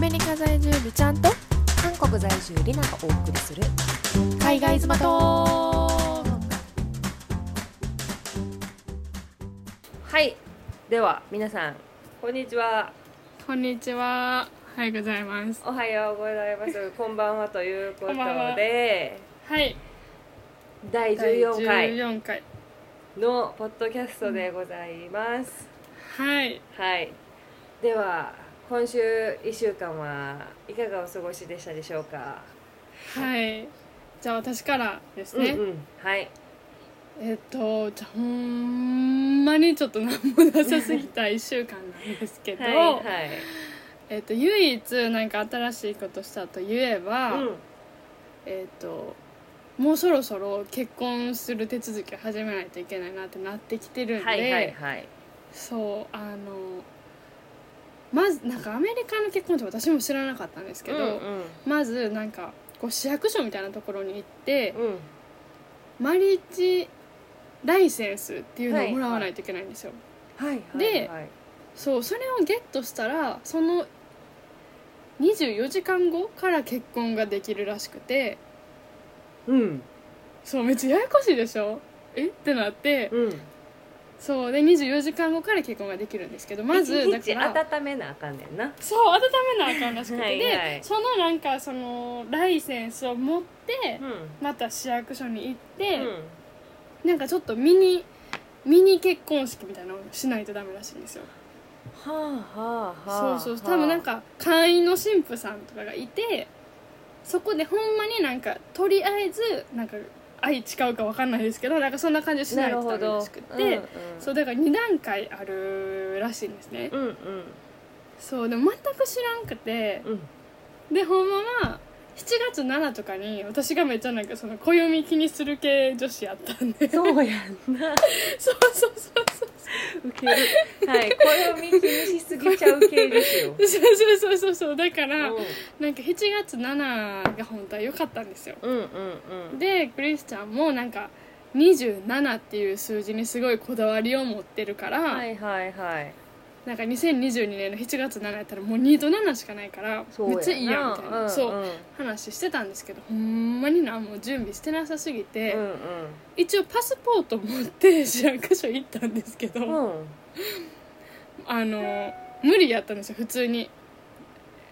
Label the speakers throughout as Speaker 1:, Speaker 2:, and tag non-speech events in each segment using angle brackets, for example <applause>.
Speaker 1: メリカ在住美ちゃんと
Speaker 2: 韓国在住リナがお送りする
Speaker 1: 海外妻と
Speaker 2: はいでは皆さんこんにちは
Speaker 1: こんにちはおはようございます
Speaker 2: おはようござい <laughs> ますこんばんはということ
Speaker 1: こんばんは
Speaker 2: で
Speaker 1: はい
Speaker 2: 第14回
Speaker 1: 14回
Speaker 2: のポッドキャストでございます、
Speaker 1: はい
Speaker 2: はいでは今週1週間はいかがお過ごしでしたでしょうか、
Speaker 1: はいじゃあ私からですね、
Speaker 2: うんうんはい
Speaker 1: えっとじゃあほんまにちょっと何もなさすぎた1週間なんですけど、
Speaker 2: はいはい
Speaker 1: えっと唯一なんか新しいことしたと言えば、
Speaker 2: うん
Speaker 1: えっともうそろそろ結婚する手続きを始めないといけないなってなってきてるんで、
Speaker 2: はいはいはい
Speaker 1: そうあのまずなんかアメリカの結婚って私も知らなかったんですけど、
Speaker 2: うん
Speaker 1: まずなんかこう市役所みたいなところに行って
Speaker 2: うんうん
Speaker 1: マリッジライセンスっていうの
Speaker 2: は
Speaker 1: を
Speaker 2: い
Speaker 1: もらわないといけないんですよ、
Speaker 2: はいはい
Speaker 1: で
Speaker 2: はい
Speaker 1: そうそれをゲットしたらその24時間後から結婚ができるらしくて
Speaker 2: うん
Speaker 1: そうめっちゃややこしいでしょえってなって
Speaker 2: うん
Speaker 1: そうで24時間後から結婚ができるんですけどまずだ
Speaker 2: 一
Speaker 1: か
Speaker 2: 日
Speaker 1: ら
Speaker 2: 温めなあかんねんな
Speaker 1: そう温めなあかんらしくて
Speaker 2: はいはい
Speaker 1: でそのなんかそのライセンスを持って
Speaker 2: うん
Speaker 1: また市役所に行って、
Speaker 2: うん
Speaker 1: なんかちょっとミニミニ結婚式みたいなのをしないとダメらしいんですよ
Speaker 2: はあはあは
Speaker 1: そ
Speaker 2: あ
Speaker 1: うそう多分なんか会員の神父さんとかがいてそこでほんまになんかとりあえずなんか愛誓うかわかんないですけどなんかそんな感じしないとダメらしくて、
Speaker 2: なるほど
Speaker 1: そうだから2段階あるらしいんですね、
Speaker 2: うんうん
Speaker 1: そうでも全く知らんくて
Speaker 2: うん
Speaker 1: でほんまま7月7とかに私がめっちゃなんかその暦気にする系女子やったんで <laughs> そ
Speaker 2: そ
Speaker 1: う
Speaker 2: うやんな
Speaker 1: そうそうそう
Speaker 2: ウケるはいこれを見気にしすぎちゃう系ですよ
Speaker 1: そうそうそうそうそうだか
Speaker 2: う
Speaker 1: ら、
Speaker 2: ん
Speaker 1: なんか7月7が本当は良かったんですよ
Speaker 2: うんうんうん
Speaker 1: でクリスチャンもなんか27っていう数字にすごいこだわりを持ってるから、
Speaker 2: はいはいはい
Speaker 1: なんか2022年の7月7やったらもう2と7しかないから
Speaker 2: そうや
Speaker 1: め
Speaker 2: な
Speaker 1: っちゃいいやんみたいな、
Speaker 2: うんうん
Speaker 1: そう話してたんですけどほんまになもう準備してなさすぎて、
Speaker 2: うん
Speaker 1: 一応パスポート持って市役所行ったんですけど、
Speaker 2: うんうん
Speaker 1: あの無理やったんですよ普通に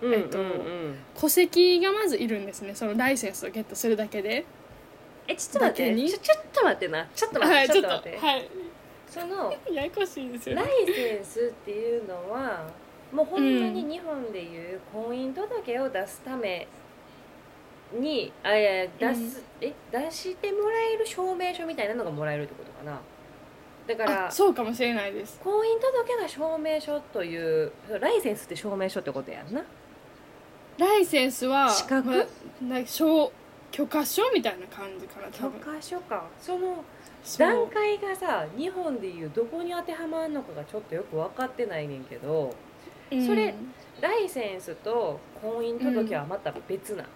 Speaker 2: うん
Speaker 1: えっと
Speaker 2: うんうん
Speaker 1: 戸籍がまずいるんですねそのライセンスをゲットするだけで
Speaker 2: えちょっと待っ
Speaker 1: だけ
Speaker 2: て
Speaker 1: に
Speaker 2: ちょちょっと待ってなちょっと
Speaker 1: は
Speaker 2: 待って
Speaker 1: いち
Speaker 2: ち
Speaker 1: ょ
Speaker 2: ょ
Speaker 1: っ
Speaker 2: っ
Speaker 1: と
Speaker 2: と待って
Speaker 1: はい
Speaker 2: その
Speaker 1: ややこしいですよ
Speaker 2: ラ
Speaker 1: ね
Speaker 2: イセンスっていうのはもう本当に日本でいう婚姻届を出すためにあいやいや出す、え出してもらえる証明書みたいなのがもらえるってことかなだから
Speaker 1: あそうかもしれないです
Speaker 2: 婚姻届が証明書というライセンスって証明書ってことやんな
Speaker 1: ライセンスは
Speaker 2: 資格
Speaker 1: まな証許可証みたいな感じかな多
Speaker 2: 許
Speaker 1: 分
Speaker 2: 可書かその
Speaker 1: そう
Speaker 2: 段階がさ日本でいうどこに当てはまるのかがちょっとよく分かってないねんけど
Speaker 1: うん
Speaker 2: それライセンスと婚姻届はまた別なん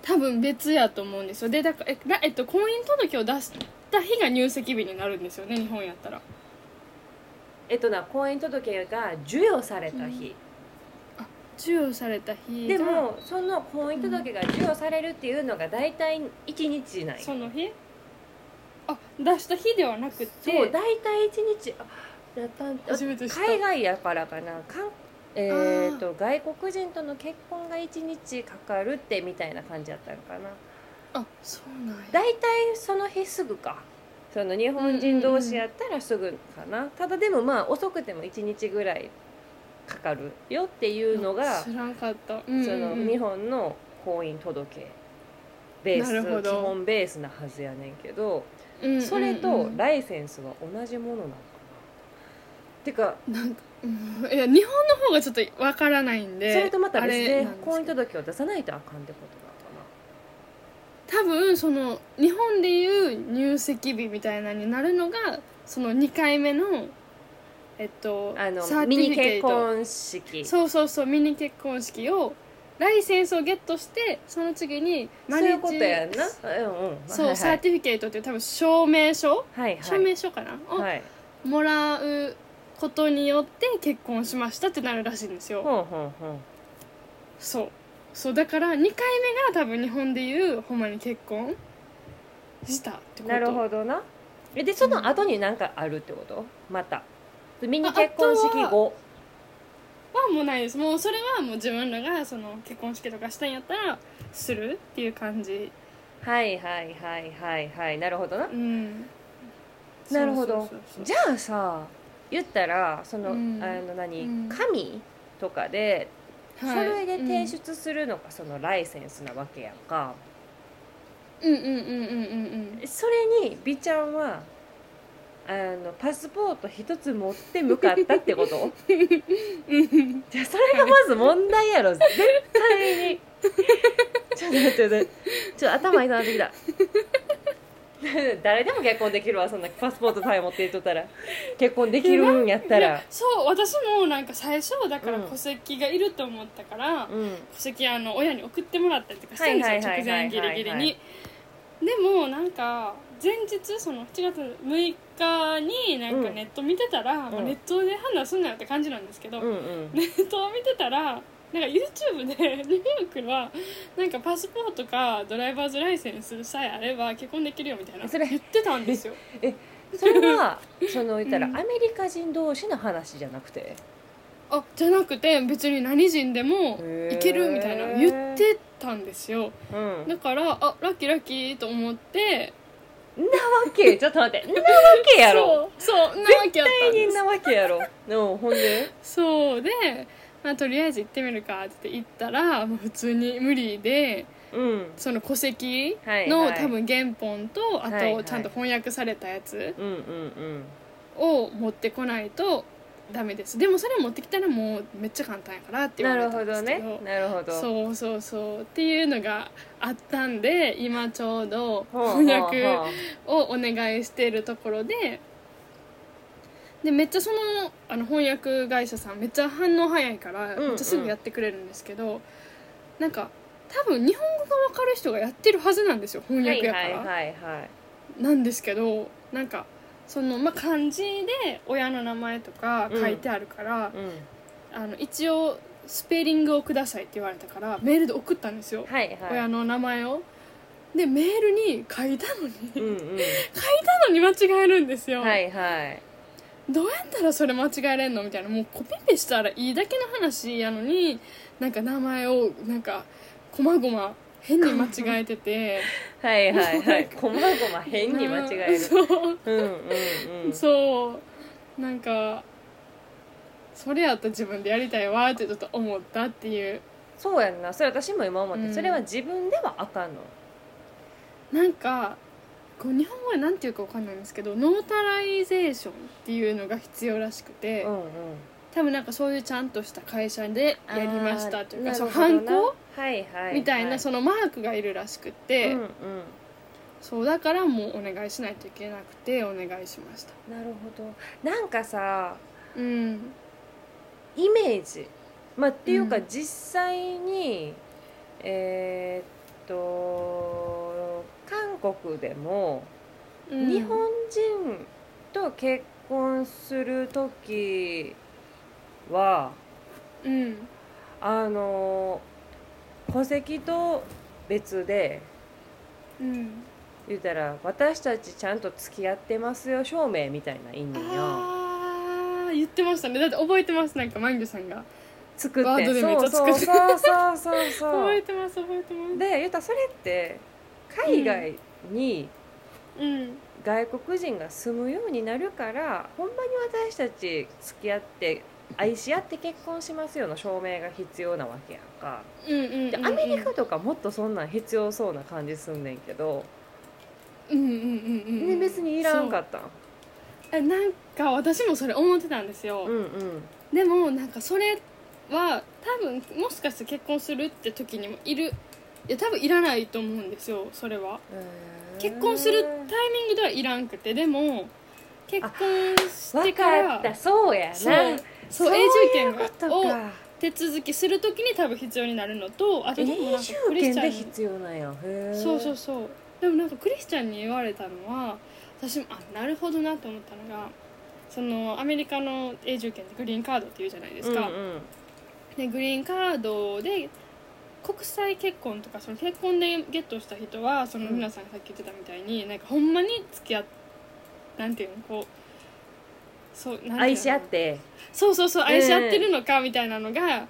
Speaker 1: 多分別やと思うんですよでだからえらえっと婚姻届を出した日が入籍日になるんですよね日本やったら
Speaker 2: えっとな婚姻届が授与された日、
Speaker 1: 授与された日が
Speaker 2: でもその婚姻届が授与されるっていうのが大体1日ない
Speaker 1: その日あ出した日ではなくて
Speaker 2: そう大体1日あやったん
Speaker 1: 初めて知った
Speaker 2: 海外やからかなかんえー、と外国人との結婚が1日かかるってみたいな感じだったのかな
Speaker 1: あそうなんや
Speaker 2: 大体その日すぐかその日本人同士やったらすぐかな、ただでもまあ遅くても1日ぐらいかかるよっていうのが、
Speaker 1: 知らんかった、そ
Speaker 2: その日本の婚姻届ベー
Speaker 1: なるほ
Speaker 2: ス基
Speaker 1: ど
Speaker 2: 本ベースなはずやねんけど
Speaker 1: 本
Speaker 2: それ
Speaker 1: うんうん
Speaker 2: と
Speaker 1: うん
Speaker 2: ライセンスは同じものなのかなてか
Speaker 1: なんか、うん、いや日本の方がちょっとわからないんで
Speaker 2: それとまた別
Speaker 1: あれ
Speaker 2: で
Speaker 1: なんですけど
Speaker 2: 婚姻届を出さないとあかんってこと
Speaker 1: 多分その日本でいう入籍日みたいなになるのがその2回目のえっと
Speaker 2: なのかなあ
Speaker 1: サ
Speaker 2: の
Speaker 1: ーテ
Speaker 2: ミニ
Speaker 1: ィフィケ
Speaker 2: 結
Speaker 1: ート
Speaker 2: 婚式
Speaker 1: そうそうそうミニ結婚式をライセンスをゲットしてその次に
Speaker 2: そういうことやん
Speaker 1: マ
Speaker 2: な
Speaker 1: リッジ
Speaker 2: うんうん
Speaker 1: そう、
Speaker 2: はい
Speaker 1: サーティフィケートっていう多分証明書
Speaker 2: はいはい
Speaker 1: 証明書かな、を
Speaker 2: はい
Speaker 1: もらうことによって結婚しましたってなるらしいんですよ、
Speaker 2: ほうほうほう
Speaker 1: そうそうだから2回目が多分日本でいうほんまに結婚したってこと
Speaker 2: なるほどなえでその後に何かあるってことまたミニ結婚式後
Speaker 1: はもうないですもうそれはもう自分らがその結婚式とかしたんやったらするっていう感じ
Speaker 2: はいはいはいはいはいなるほどな
Speaker 1: うん
Speaker 2: なるほど
Speaker 1: そうそうそうそう
Speaker 2: じゃあさ言ったらその、
Speaker 1: うん
Speaker 2: あの何、
Speaker 1: うん
Speaker 2: 神とかで書
Speaker 1: は
Speaker 2: 類
Speaker 1: い
Speaker 2: で提出するのがそのライセンスなわけやんか、
Speaker 1: うんうんうんうんうんうん
Speaker 2: それに美ちゃんはあのパスポート一つ持って向かったってこと
Speaker 1: <laughs>
Speaker 2: じゃあそれがまず問題やろ絶対にちょっと待って待ってちょっと頭痛なってきた誰でも結婚できるわそんなパスポートさえ持っていっとったら結婚できるんやった
Speaker 1: い
Speaker 2: ら
Speaker 1: やそう私もなんか最初だから
Speaker 2: うん
Speaker 1: 戸籍がいると思ったから、
Speaker 2: うん
Speaker 1: 戸籍あの親に送ってもらったりとかしたんです
Speaker 2: は
Speaker 1: よ
Speaker 2: いはいはいは
Speaker 1: 直
Speaker 2: い
Speaker 1: 前ギリギリ
Speaker 2: はいはい
Speaker 1: にでもなんか前日その7月6日になんか
Speaker 2: うん
Speaker 1: ネット見てたら、まあ
Speaker 2: うん
Speaker 1: ネットで判断すんなよって感じなんですけど、
Speaker 2: うんうん
Speaker 1: ネットを見てたらなんか YouTube でニューヨークはなんかパスポートかドライバーズライセンスさえあれば結婚できるよみたいな
Speaker 2: それ
Speaker 1: 言ってたんですよ
Speaker 2: それはその言ったらア
Speaker 1: うん
Speaker 2: メリカ人同士の話じゃなくて
Speaker 1: あじゃなくて別に何人でもいけるみたいなの言ってたんですよ
Speaker 2: うんなわ
Speaker 1: だからあラッキーラッキーと思って
Speaker 2: けちょっと待ってなわけやろ
Speaker 1: そうそうなわけやっ
Speaker 2: 絶
Speaker 1: た
Speaker 2: 対
Speaker 1: んで
Speaker 2: になわけやろうんほんで
Speaker 1: すそうで、まあ、とりあえず行ってみるかって言ったらもう普通に無理で
Speaker 2: うん
Speaker 1: その戸籍の、
Speaker 2: はいはい
Speaker 1: 多分原本と
Speaker 2: は
Speaker 1: あ
Speaker 2: いは
Speaker 1: と
Speaker 2: い
Speaker 1: ちゃんと翻訳されたやつ
Speaker 2: うんうん
Speaker 1: を持ってこないとダメですでもそれ持ってきたらもうめっちゃ簡単やからっ
Speaker 2: う
Speaker 1: て
Speaker 2: ん
Speaker 1: 言わ
Speaker 2: な
Speaker 1: れ
Speaker 2: る
Speaker 1: た
Speaker 2: ほ
Speaker 1: んで
Speaker 2: ど
Speaker 1: すけど
Speaker 2: ねなるほど
Speaker 1: そうそうそうっていうのがあったんで今ちょうど
Speaker 2: ほうほうほう
Speaker 1: 翻訳をお願いしているところででめっちゃそのあの翻訳会社さんめっちゃ反応早いから、
Speaker 2: うん
Speaker 1: めっちゃすぐやってくれるんですけどなんか多分日本語が分かる人がやってるはずなんですよ翻
Speaker 2: は
Speaker 1: 訳
Speaker 2: い
Speaker 1: やか
Speaker 2: は
Speaker 1: ら、
Speaker 2: いはいはい
Speaker 1: なんですけどなんかその、まあ、漢字で親の名前とか書いてあるから、
Speaker 2: うん
Speaker 1: あの一応スペリングをくださいって言われたからメールで送ったんですよ、
Speaker 2: はいはい
Speaker 1: 親の名前をでメールに書いたのに
Speaker 2: うんうん
Speaker 1: 書いたのに間違えるんですよ、
Speaker 2: はいはい
Speaker 1: どうやったらそれ間違えれんのみたいなもうコピペしたらいいだけの話やのになんか名前をなんかこまごま変に間違えてて
Speaker 2: はいはい
Speaker 1: <laughs>
Speaker 2: はいこまごま <laughs> 変に間違える
Speaker 1: そう
Speaker 2: うんうんうん
Speaker 1: そうなんかそれやったら自分でやりたいわってちょっと思ったっていう
Speaker 2: そうやんなそれ私も今思っ
Speaker 1: う
Speaker 2: て
Speaker 1: ん
Speaker 2: それは自分ではあかんの
Speaker 1: なんかこう日本語でなんていうかわかんないんですけどノータライゼーションっていうのが必要らしくて、
Speaker 2: うんうん
Speaker 1: 多分なんかそういうちゃんとした会社でやりましたというか
Speaker 2: あー
Speaker 1: その
Speaker 2: なるほ
Speaker 1: ハ
Speaker 2: ど
Speaker 1: ン
Speaker 2: な
Speaker 1: コ
Speaker 2: はいはい
Speaker 1: みたいな
Speaker 2: の
Speaker 1: そのマークがいるらしくて、
Speaker 2: うんうん
Speaker 1: そうだからもうお願いしないといけなくてお願いしました
Speaker 2: なるほどなんかさ
Speaker 1: うん
Speaker 2: イメージまあっていうか
Speaker 1: うん
Speaker 2: 実際に、えーっと韓国でも
Speaker 1: うん
Speaker 2: 日本人と結婚する時は、
Speaker 1: うん
Speaker 2: あの戸籍と別で
Speaker 1: うん
Speaker 2: 言うたら私たちちゃんと付き合ってますよ証明みたいないんねんよ
Speaker 1: ああ言ってましたねだって覚えてますなんかマンギュさんが
Speaker 2: 作っ
Speaker 1: ワ
Speaker 2: て
Speaker 1: ードでめっ
Speaker 2: そう
Speaker 1: ちゃ
Speaker 2: そう
Speaker 1: 作
Speaker 2: そ
Speaker 1: っ
Speaker 2: う
Speaker 1: て
Speaker 2: そうそうそ
Speaker 1: 覚
Speaker 2: う
Speaker 1: えてます覚えてます
Speaker 2: で言うたらそれって海外に
Speaker 1: うん
Speaker 2: 外国人が住むようになるから、ほんまに私たち付き合って愛し合って結婚しますよの証明が必要なわけやんか
Speaker 1: うんうんうん
Speaker 2: でアメリカとかもっとそんなん必要そうな感じすんねんけど、
Speaker 1: うんうんうんうんうん
Speaker 2: で別にいらんかったん
Speaker 1: そうえなんか私もそれ思ってたんですよ、
Speaker 2: うんうん
Speaker 1: でもなんかそれは多分もしかして結婚するって時にもいるいや多分いらないと思うんですよそれは結婚するタイミングではいらんくてでも結婚して
Speaker 2: 分
Speaker 1: か
Speaker 2: からったそうやな
Speaker 1: そうそう
Speaker 2: そう
Speaker 1: 永住権
Speaker 2: いうこと
Speaker 1: を
Speaker 2: か
Speaker 1: 手続きするときに多分必要になるのとあと
Speaker 2: 永
Speaker 1: でもなんかク
Speaker 2: 住
Speaker 1: リ
Speaker 2: 権
Speaker 1: スチャ
Speaker 2: で
Speaker 1: ンに
Speaker 2: 必要なんやへー
Speaker 1: そうそうそうでもなんかクリスチャンに言われたのは私もあなるほどなと思ったのがそのアメリカの永住権ってグリーンカードって言うじゃないですか、
Speaker 2: うんうん
Speaker 1: でグリーンカードで国際結婚とかその結婚でゲットした人はその
Speaker 2: うん
Speaker 1: 皆さんがさっき言ってたみたいに、なんかほんまに付き合っなんていうのこうそうなんていうの
Speaker 2: 愛し合って
Speaker 1: そうそうそう愛し合ってるのかみたいなのが、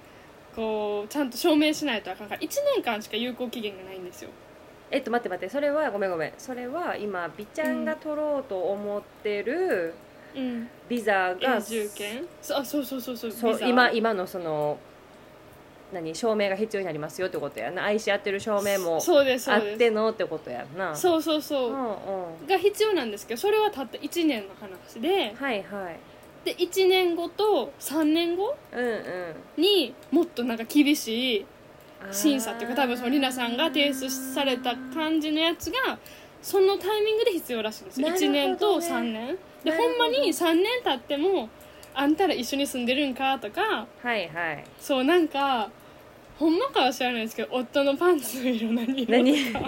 Speaker 1: こうちゃんと証明しないとあかんから1年間しか有効期限がないんですよ
Speaker 2: えっと待って待ってそれはごめんごめんそれは今美ちゃんが取ろうと思ってる
Speaker 1: うん
Speaker 2: ビザが、
Speaker 1: 永住権そあそうそうそうそう
Speaker 2: そ
Speaker 1: ビ
Speaker 2: う
Speaker 1: ザ
Speaker 2: 今今のその何証明が必要になりますよってことやな愛し合ってる証明も
Speaker 1: そうです
Speaker 2: あ
Speaker 1: そうで
Speaker 2: っ
Speaker 1: す
Speaker 2: てのってことやんなう
Speaker 1: そうそうそう、
Speaker 2: んうん
Speaker 1: が必要なんですけどそれはたった1年の話で
Speaker 2: はいはい
Speaker 1: で1年後と3年後
Speaker 2: うんうん
Speaker 1: にもっとなんか厳しい
Speaker 2: あー
Speaker 1: 審査っていうか多分そのリナさんが提出された感じのやつがそのタイミングで必要らしいんですよ、
Speaker 2: なるほど
Speaker 1: 1
Speaker 2: ね
Speaker 1: 年と3年で
Speaker 2: なるほ
Speaker 1: ほ
Speaker 2: ど
Speaker 1: んまに3年経ってもあんたら一緒に住んでるんかとか
Speaker 2: はいはい
Speaker 1: そうなんかほんまかは知らないですけど夫のパンツの色何色
Speaker 2: 何
Speaker 1: な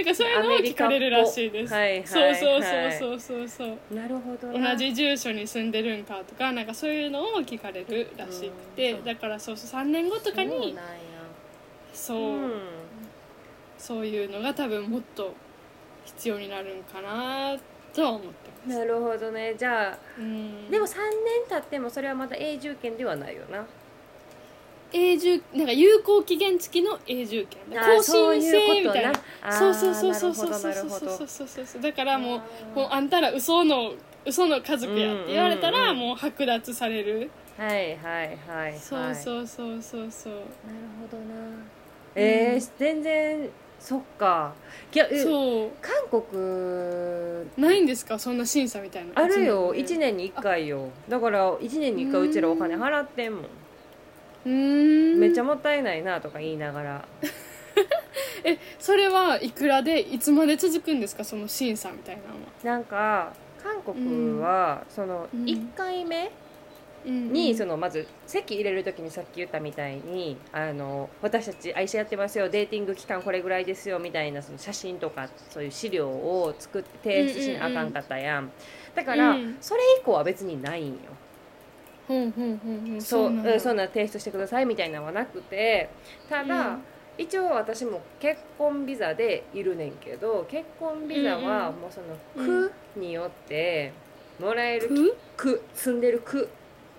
Speaker 1: んかそういうのを聞かれるらしいです、
Speaker 2: はいはい
Speaker 1: そうそう
Speaker 2: はい
Speaker 1: そうそうそうそう
Speaker 2: なるほどな
Speaker 1: 同じ住所に住んでるんかとかなんかそういうのを聞かれるらしくて
Speaker 2: うん
Speaker 1: だからそうそう3年後とか
Speaker 2: そう
Speaker 1: に
Speaker 2: なんや
Speaker 1: そう
Speaker 2: うん
Speaker 1: そういうのが多分もっと必要になるんかなとは思ってます、
Speaker 2: なるほどねじゃあ
Speaker 1: うん
Speaker 2: でも3年経ってもそれはまだ永住権ではないよな
Speaker 1: 永住なんか有効期限付きの永住権更新制みたいなそうそうそうそうそうそうそうそうそうそうそうだからもうもうあんたら嘘の嘘の家族やって言われた
Speaker 2: うんうん
Speaker 1: ら
Speaker 2: うん
Speaker 1: もう剥奪される、
Speaker 2: うはいはいはいはい
Speaker 1: そうそうそうそうそう
Speaker 2: なるほどなえー全然そっかいやえ
Speaker 1: そう
Speaker 2: 韓国
Speaker 1: ないんですかそんな審査みたいな
Speaker 2: あるよ
Speaker 1: 一
Speaker 2: 1
Speaker 1: 年
Speaker 2: 年に1回よだから1年に1回うちらお金払ってんもん
Speaker 1: うーん
Speaker 2: めっちゃもったいないなとか言いながら
Speaker 1: えそれはいくらでいつまで続くんですかその審査みたいなのは、
Speaker 2: なんか韓国はその
Speaker 1: うん
Speaker 2: 1回目
Speaker 1: うん
Speaker 2: にそ
Speaker 1: の
Speaker 2: のまず席入れる時にさっき言ったみたいにあの私たち愛し合ってますよデーティング期間これぐらいですよみたいなその写真とかそういう資料を作って提出しなあかんかったやんだから
Speaker 1: うん
Speaker 2: それ以降は別にないんよ
Speaker 1: ほんほんほんほん
Speaker 2: そう
Speaker 1: なん
Speaker 2: う
Speaker 1: だ
Speaker 2: んそんな提出してくださいみたいなのはなくてた
Speaker 1: う
Speaker 2: だ
Speaker 1: ん
Speaker 2: 一応私も結婚ビザでいるねんけど結婚ビザ
Speaker 1: う
Speaker 2: は
Speaker 1: んうん
Speaker 2: もうその
Speaker 1: うん
Speaker 2: 区によってもらえる
Speaker 1: く
Speaker 2: 区住んでる区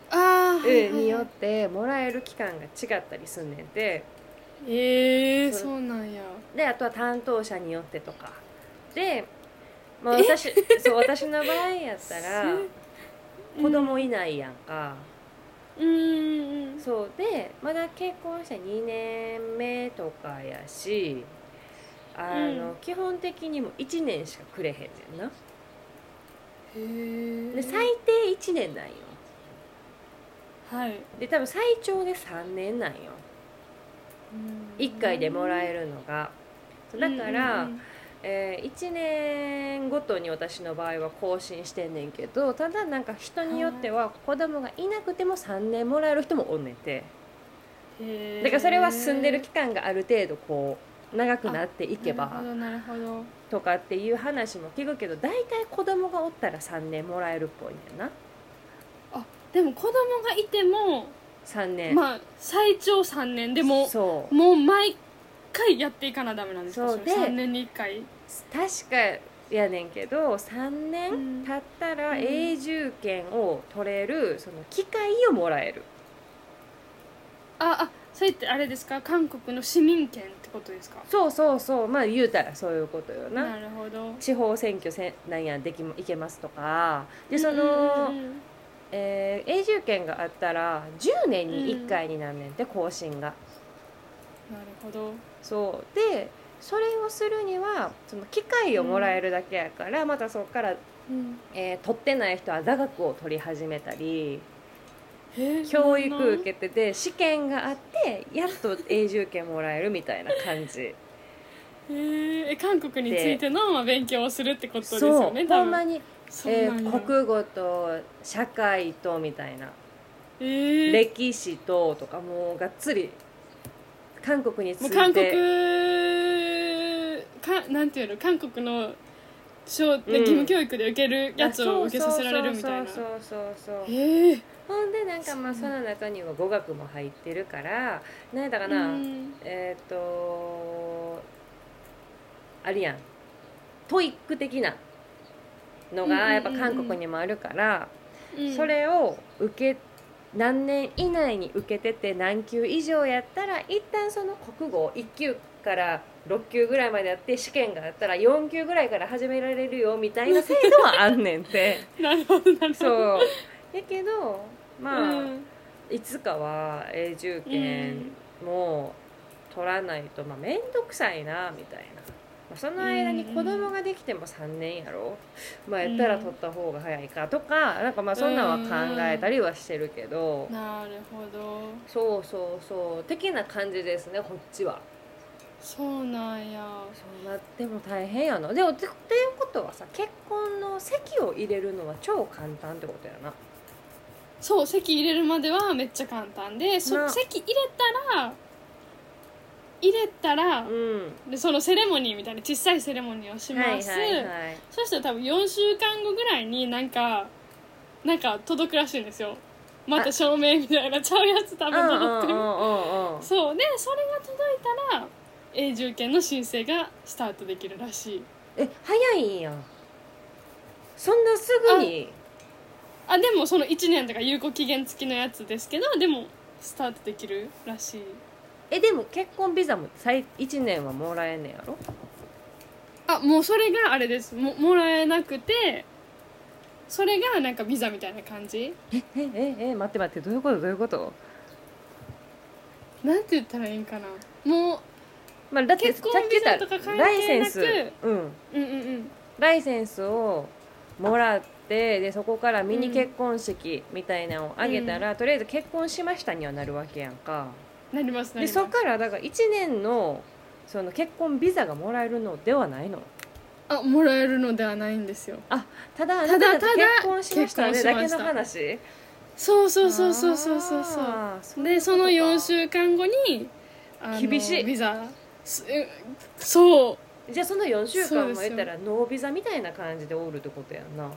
Speaker 1: ああ、
Speaker 2: うん
Speaker 1: はいはい
Speaker 2: によってもらえる期間が違ったりすんねんて
Speaker 1: ええ
Speaker 2: それ
Speaker 1: そうなんや
Speaker 2: であとは担当者によってとかで、まあ、私そう私の場合やったら子供いないやんか、
Speaker 1: うんうんうん
Speaker 2: そうでまだ結婚して2年目とかやしあの、
Speaker 1: うん
Speaker 2: 基本的にも1年しかくれへんねんな
Speaker 1: へえ
Speaker 2: で最低1年なんよ
Speaker 1: はい
Speaker 2: で多分最長で3年なんよ1回でもらえるのがそうだから、
Speaker 1: うんうん
Speaker 2: え1年ごとに私の場合は更新してんねんけどただなんか人によっては子供がいなくても3年もらえる人もおんねんて
Speaker 1: うんへー
Speaker 2: だからそれは住んでる期間がある程度こう長くなっていけば
Speaker 1: なるほどなるほ
Speaker 2: とかっていう話も聞くけど大体子供がおったら3年もらえるっぽいねんな
Speaker 1: どあでも子供がいても、
Speaker 2: 3年、
Speaker 1: まあ最長3年でも
Speaker 2: そう
Speaker 1: もう毎回やっていかなダメなんですか
Speaker 2: そう
Speaker 1: れ
Speaker 2: で
Speaker 1: 3年に1回
Speaker 2: 確かやねんけど3年経ったら永住権を取れるその機会をもらえる
Speaker 1: ああそれってあれですか韓国の市民権ってことですか
Speaker 2: そうそうそうまあ言うたらそういうことよな
Speaker 1: なるほど
Speaker 2: 地方選挙せんなんやできもいけますとかでそ
Speaker 1: うんう
Speaker 2: の、
Speaker 1: んうん
Speaker 2: えー永住権があったら10年に1回になんねんって更新が
Speaker 1: なるほど
Speaker 2: そうでそれをするにはその機会をもらえるだけやから、またそこから、
Speaker 1: うん
Speaker 2: えー取ってない人は座学を取り始めたり
Speaker 1: えー
Speaker 2: 教育受
Speaker 1: そんな
Speaker 2: けてて試験があってやっと永住権もらえるみたいな感じ
Speaker 1: えーえ韓国についての、まあ、勉強をするってことです
Speaker 2: そ
Speaker 1: よ
Speaker 2: う
Speaker 1: ね
Speaker 2: ほ
Speaker 1: 多
Speaker 2: んま
Speaker 1: 分
Speaker 2: に、
Speaker 1: そう
Speaker 2: え
Speaker 1: なん
Speaker 2: ー
Speaker 1: や
Speaker 2: 国語と社会とみたいな
Speaker 1: えー
Speaker 2: 歴史ととかもうがっつり韓国につ
Speaker 1: もう
Speaker 2: い
Speaker 1: 韓
Speaker 2: て
Speaker 1: 国かなんていうの韓国の小で
Speaker 2: うん
Speaker 1: 義務教育で受けるやつを受けさせられるみたいな
Speaker 2: そうそうそうそうそう
Speaker 1: ええ
Speaker 2: ほんでなんかまあその中には語学も入ってるから何だかな、
Speaker 1: うん
Speaker 2: えっ、とあるやんトイック的なの
Speaker 1: うんうんうんう
Speaker 2: が
Speaker 1: ん
Speaker 2: やっぱ韓国にもあるから、
Speaker 1: うん
Speaker 2: それを受け何年以内に受けてて何級以上やったら一旦その国語を1級から6級ぐらいまでやって試験があったら4級ぐらいから始められるよみたいな制度はあんねん
Speaker 1: <laughs>
Speaker 2: て
Speaker 1: なるほどなるほど
Speaker 2: そうやけどまあ、
Speaker 1: うん
Speaker 2: いつかは永住権も取らないと、まあ、面倒くさいなみたいな、まあ、その間に子供ができても3年やろ、まあ、やったら取った方が早いかとかなんかまあそんなんは考えたりはしてるけど、
Speaker 1: なるほど
Speaker 2: そうそうそう的な感じですねこっちは。
Speaker 1: そうなんや
Speaker 2: そうなっても大変やなでもってっていうことはさ結婚の籍を入れるのは超簡単ってことやな。
Speaker 1: そう席入れるまではめっちゃ簡単でそ
Speaker 2: な
Speaker 1: 席入れたら入れたら
Speaker 2: うん
Speaker 1: でそのセレモニーみたいな小さいセレモニーをします、
Speaker 2: はいはいはい
Speaker 1: そしたら多分4週間後ぐらいになんかなんか届くらしいんですよまた証明みたいなちゃうやつ多
Speaker 2: うん
Speaker 1: 分届く
Speaker 2: うんうんうんうん
Speaker 1: そうでそれが届いたら永住権の申請がスタートできるらしい
Speaker 2: え早いんやそんなすぐに
Speaker 1: あでもその1年とか有効期限付きのやつですけどでもスタートできるらしい
Speaker 2: えでも結婚ビザも最1年はもらえんねやろ
Speaker 1: あもうそれがあれですももらえなくてそれがなんかビザみたいな感じ
Speaker 2: ええええ待って待ってどういうことどういうこと
Speaker 1: なんて言ったらいいんかなも
Speaker 2: まあだって
Speaker 1: 結婚
Speaker 2: さっき言った
Speaker 1: ビザとか関係なく
Speaker 2: ライセンスうん
Speaker 1: ううんうんうん
Speaker 2: ライセンスをもらってでそこからミニ結婚式みたいなのをあげたら、とりあえず結婚しましたにはなるわけやんか
Speaker 1: なりますなり
Speaker 2: で
Speaker 1: ます
Speaker 2: そっからだから1年のその結婚ビザがもらえるのではないの
Speaker 1: あもらえるのではないんですよ
Speaker 2: ただ
Speaker 1: ただ
Speaker 2: あなた
Speaker 1: ただ
Speaker 2: 結婚しましたね
Speaker 1: 結
Speaker 2: だ
Speaker 1: 婚しま
Speaker 2: け
Speaker 1: した
Speaker 2: の話
Speaker 1: そうそうそうそうそうそうそう
Speaker 2: あーそういう
Speaker 1: で
Speaker 2: こと
Speaker 1: その
Speaker 2: か
Speaker 1: 4週間後にあの
Speaker 2: 厳しい
Speaker 1: ビザすえそう
Speaker 2: じゃあその4週
Speaker 1: そ
Speaker 2: 間
Speaker 1: うで
Speaker 2: も
Speaker 1: すよ
Speaker 2: 得たらノービザみたいな感じでおるってことやんな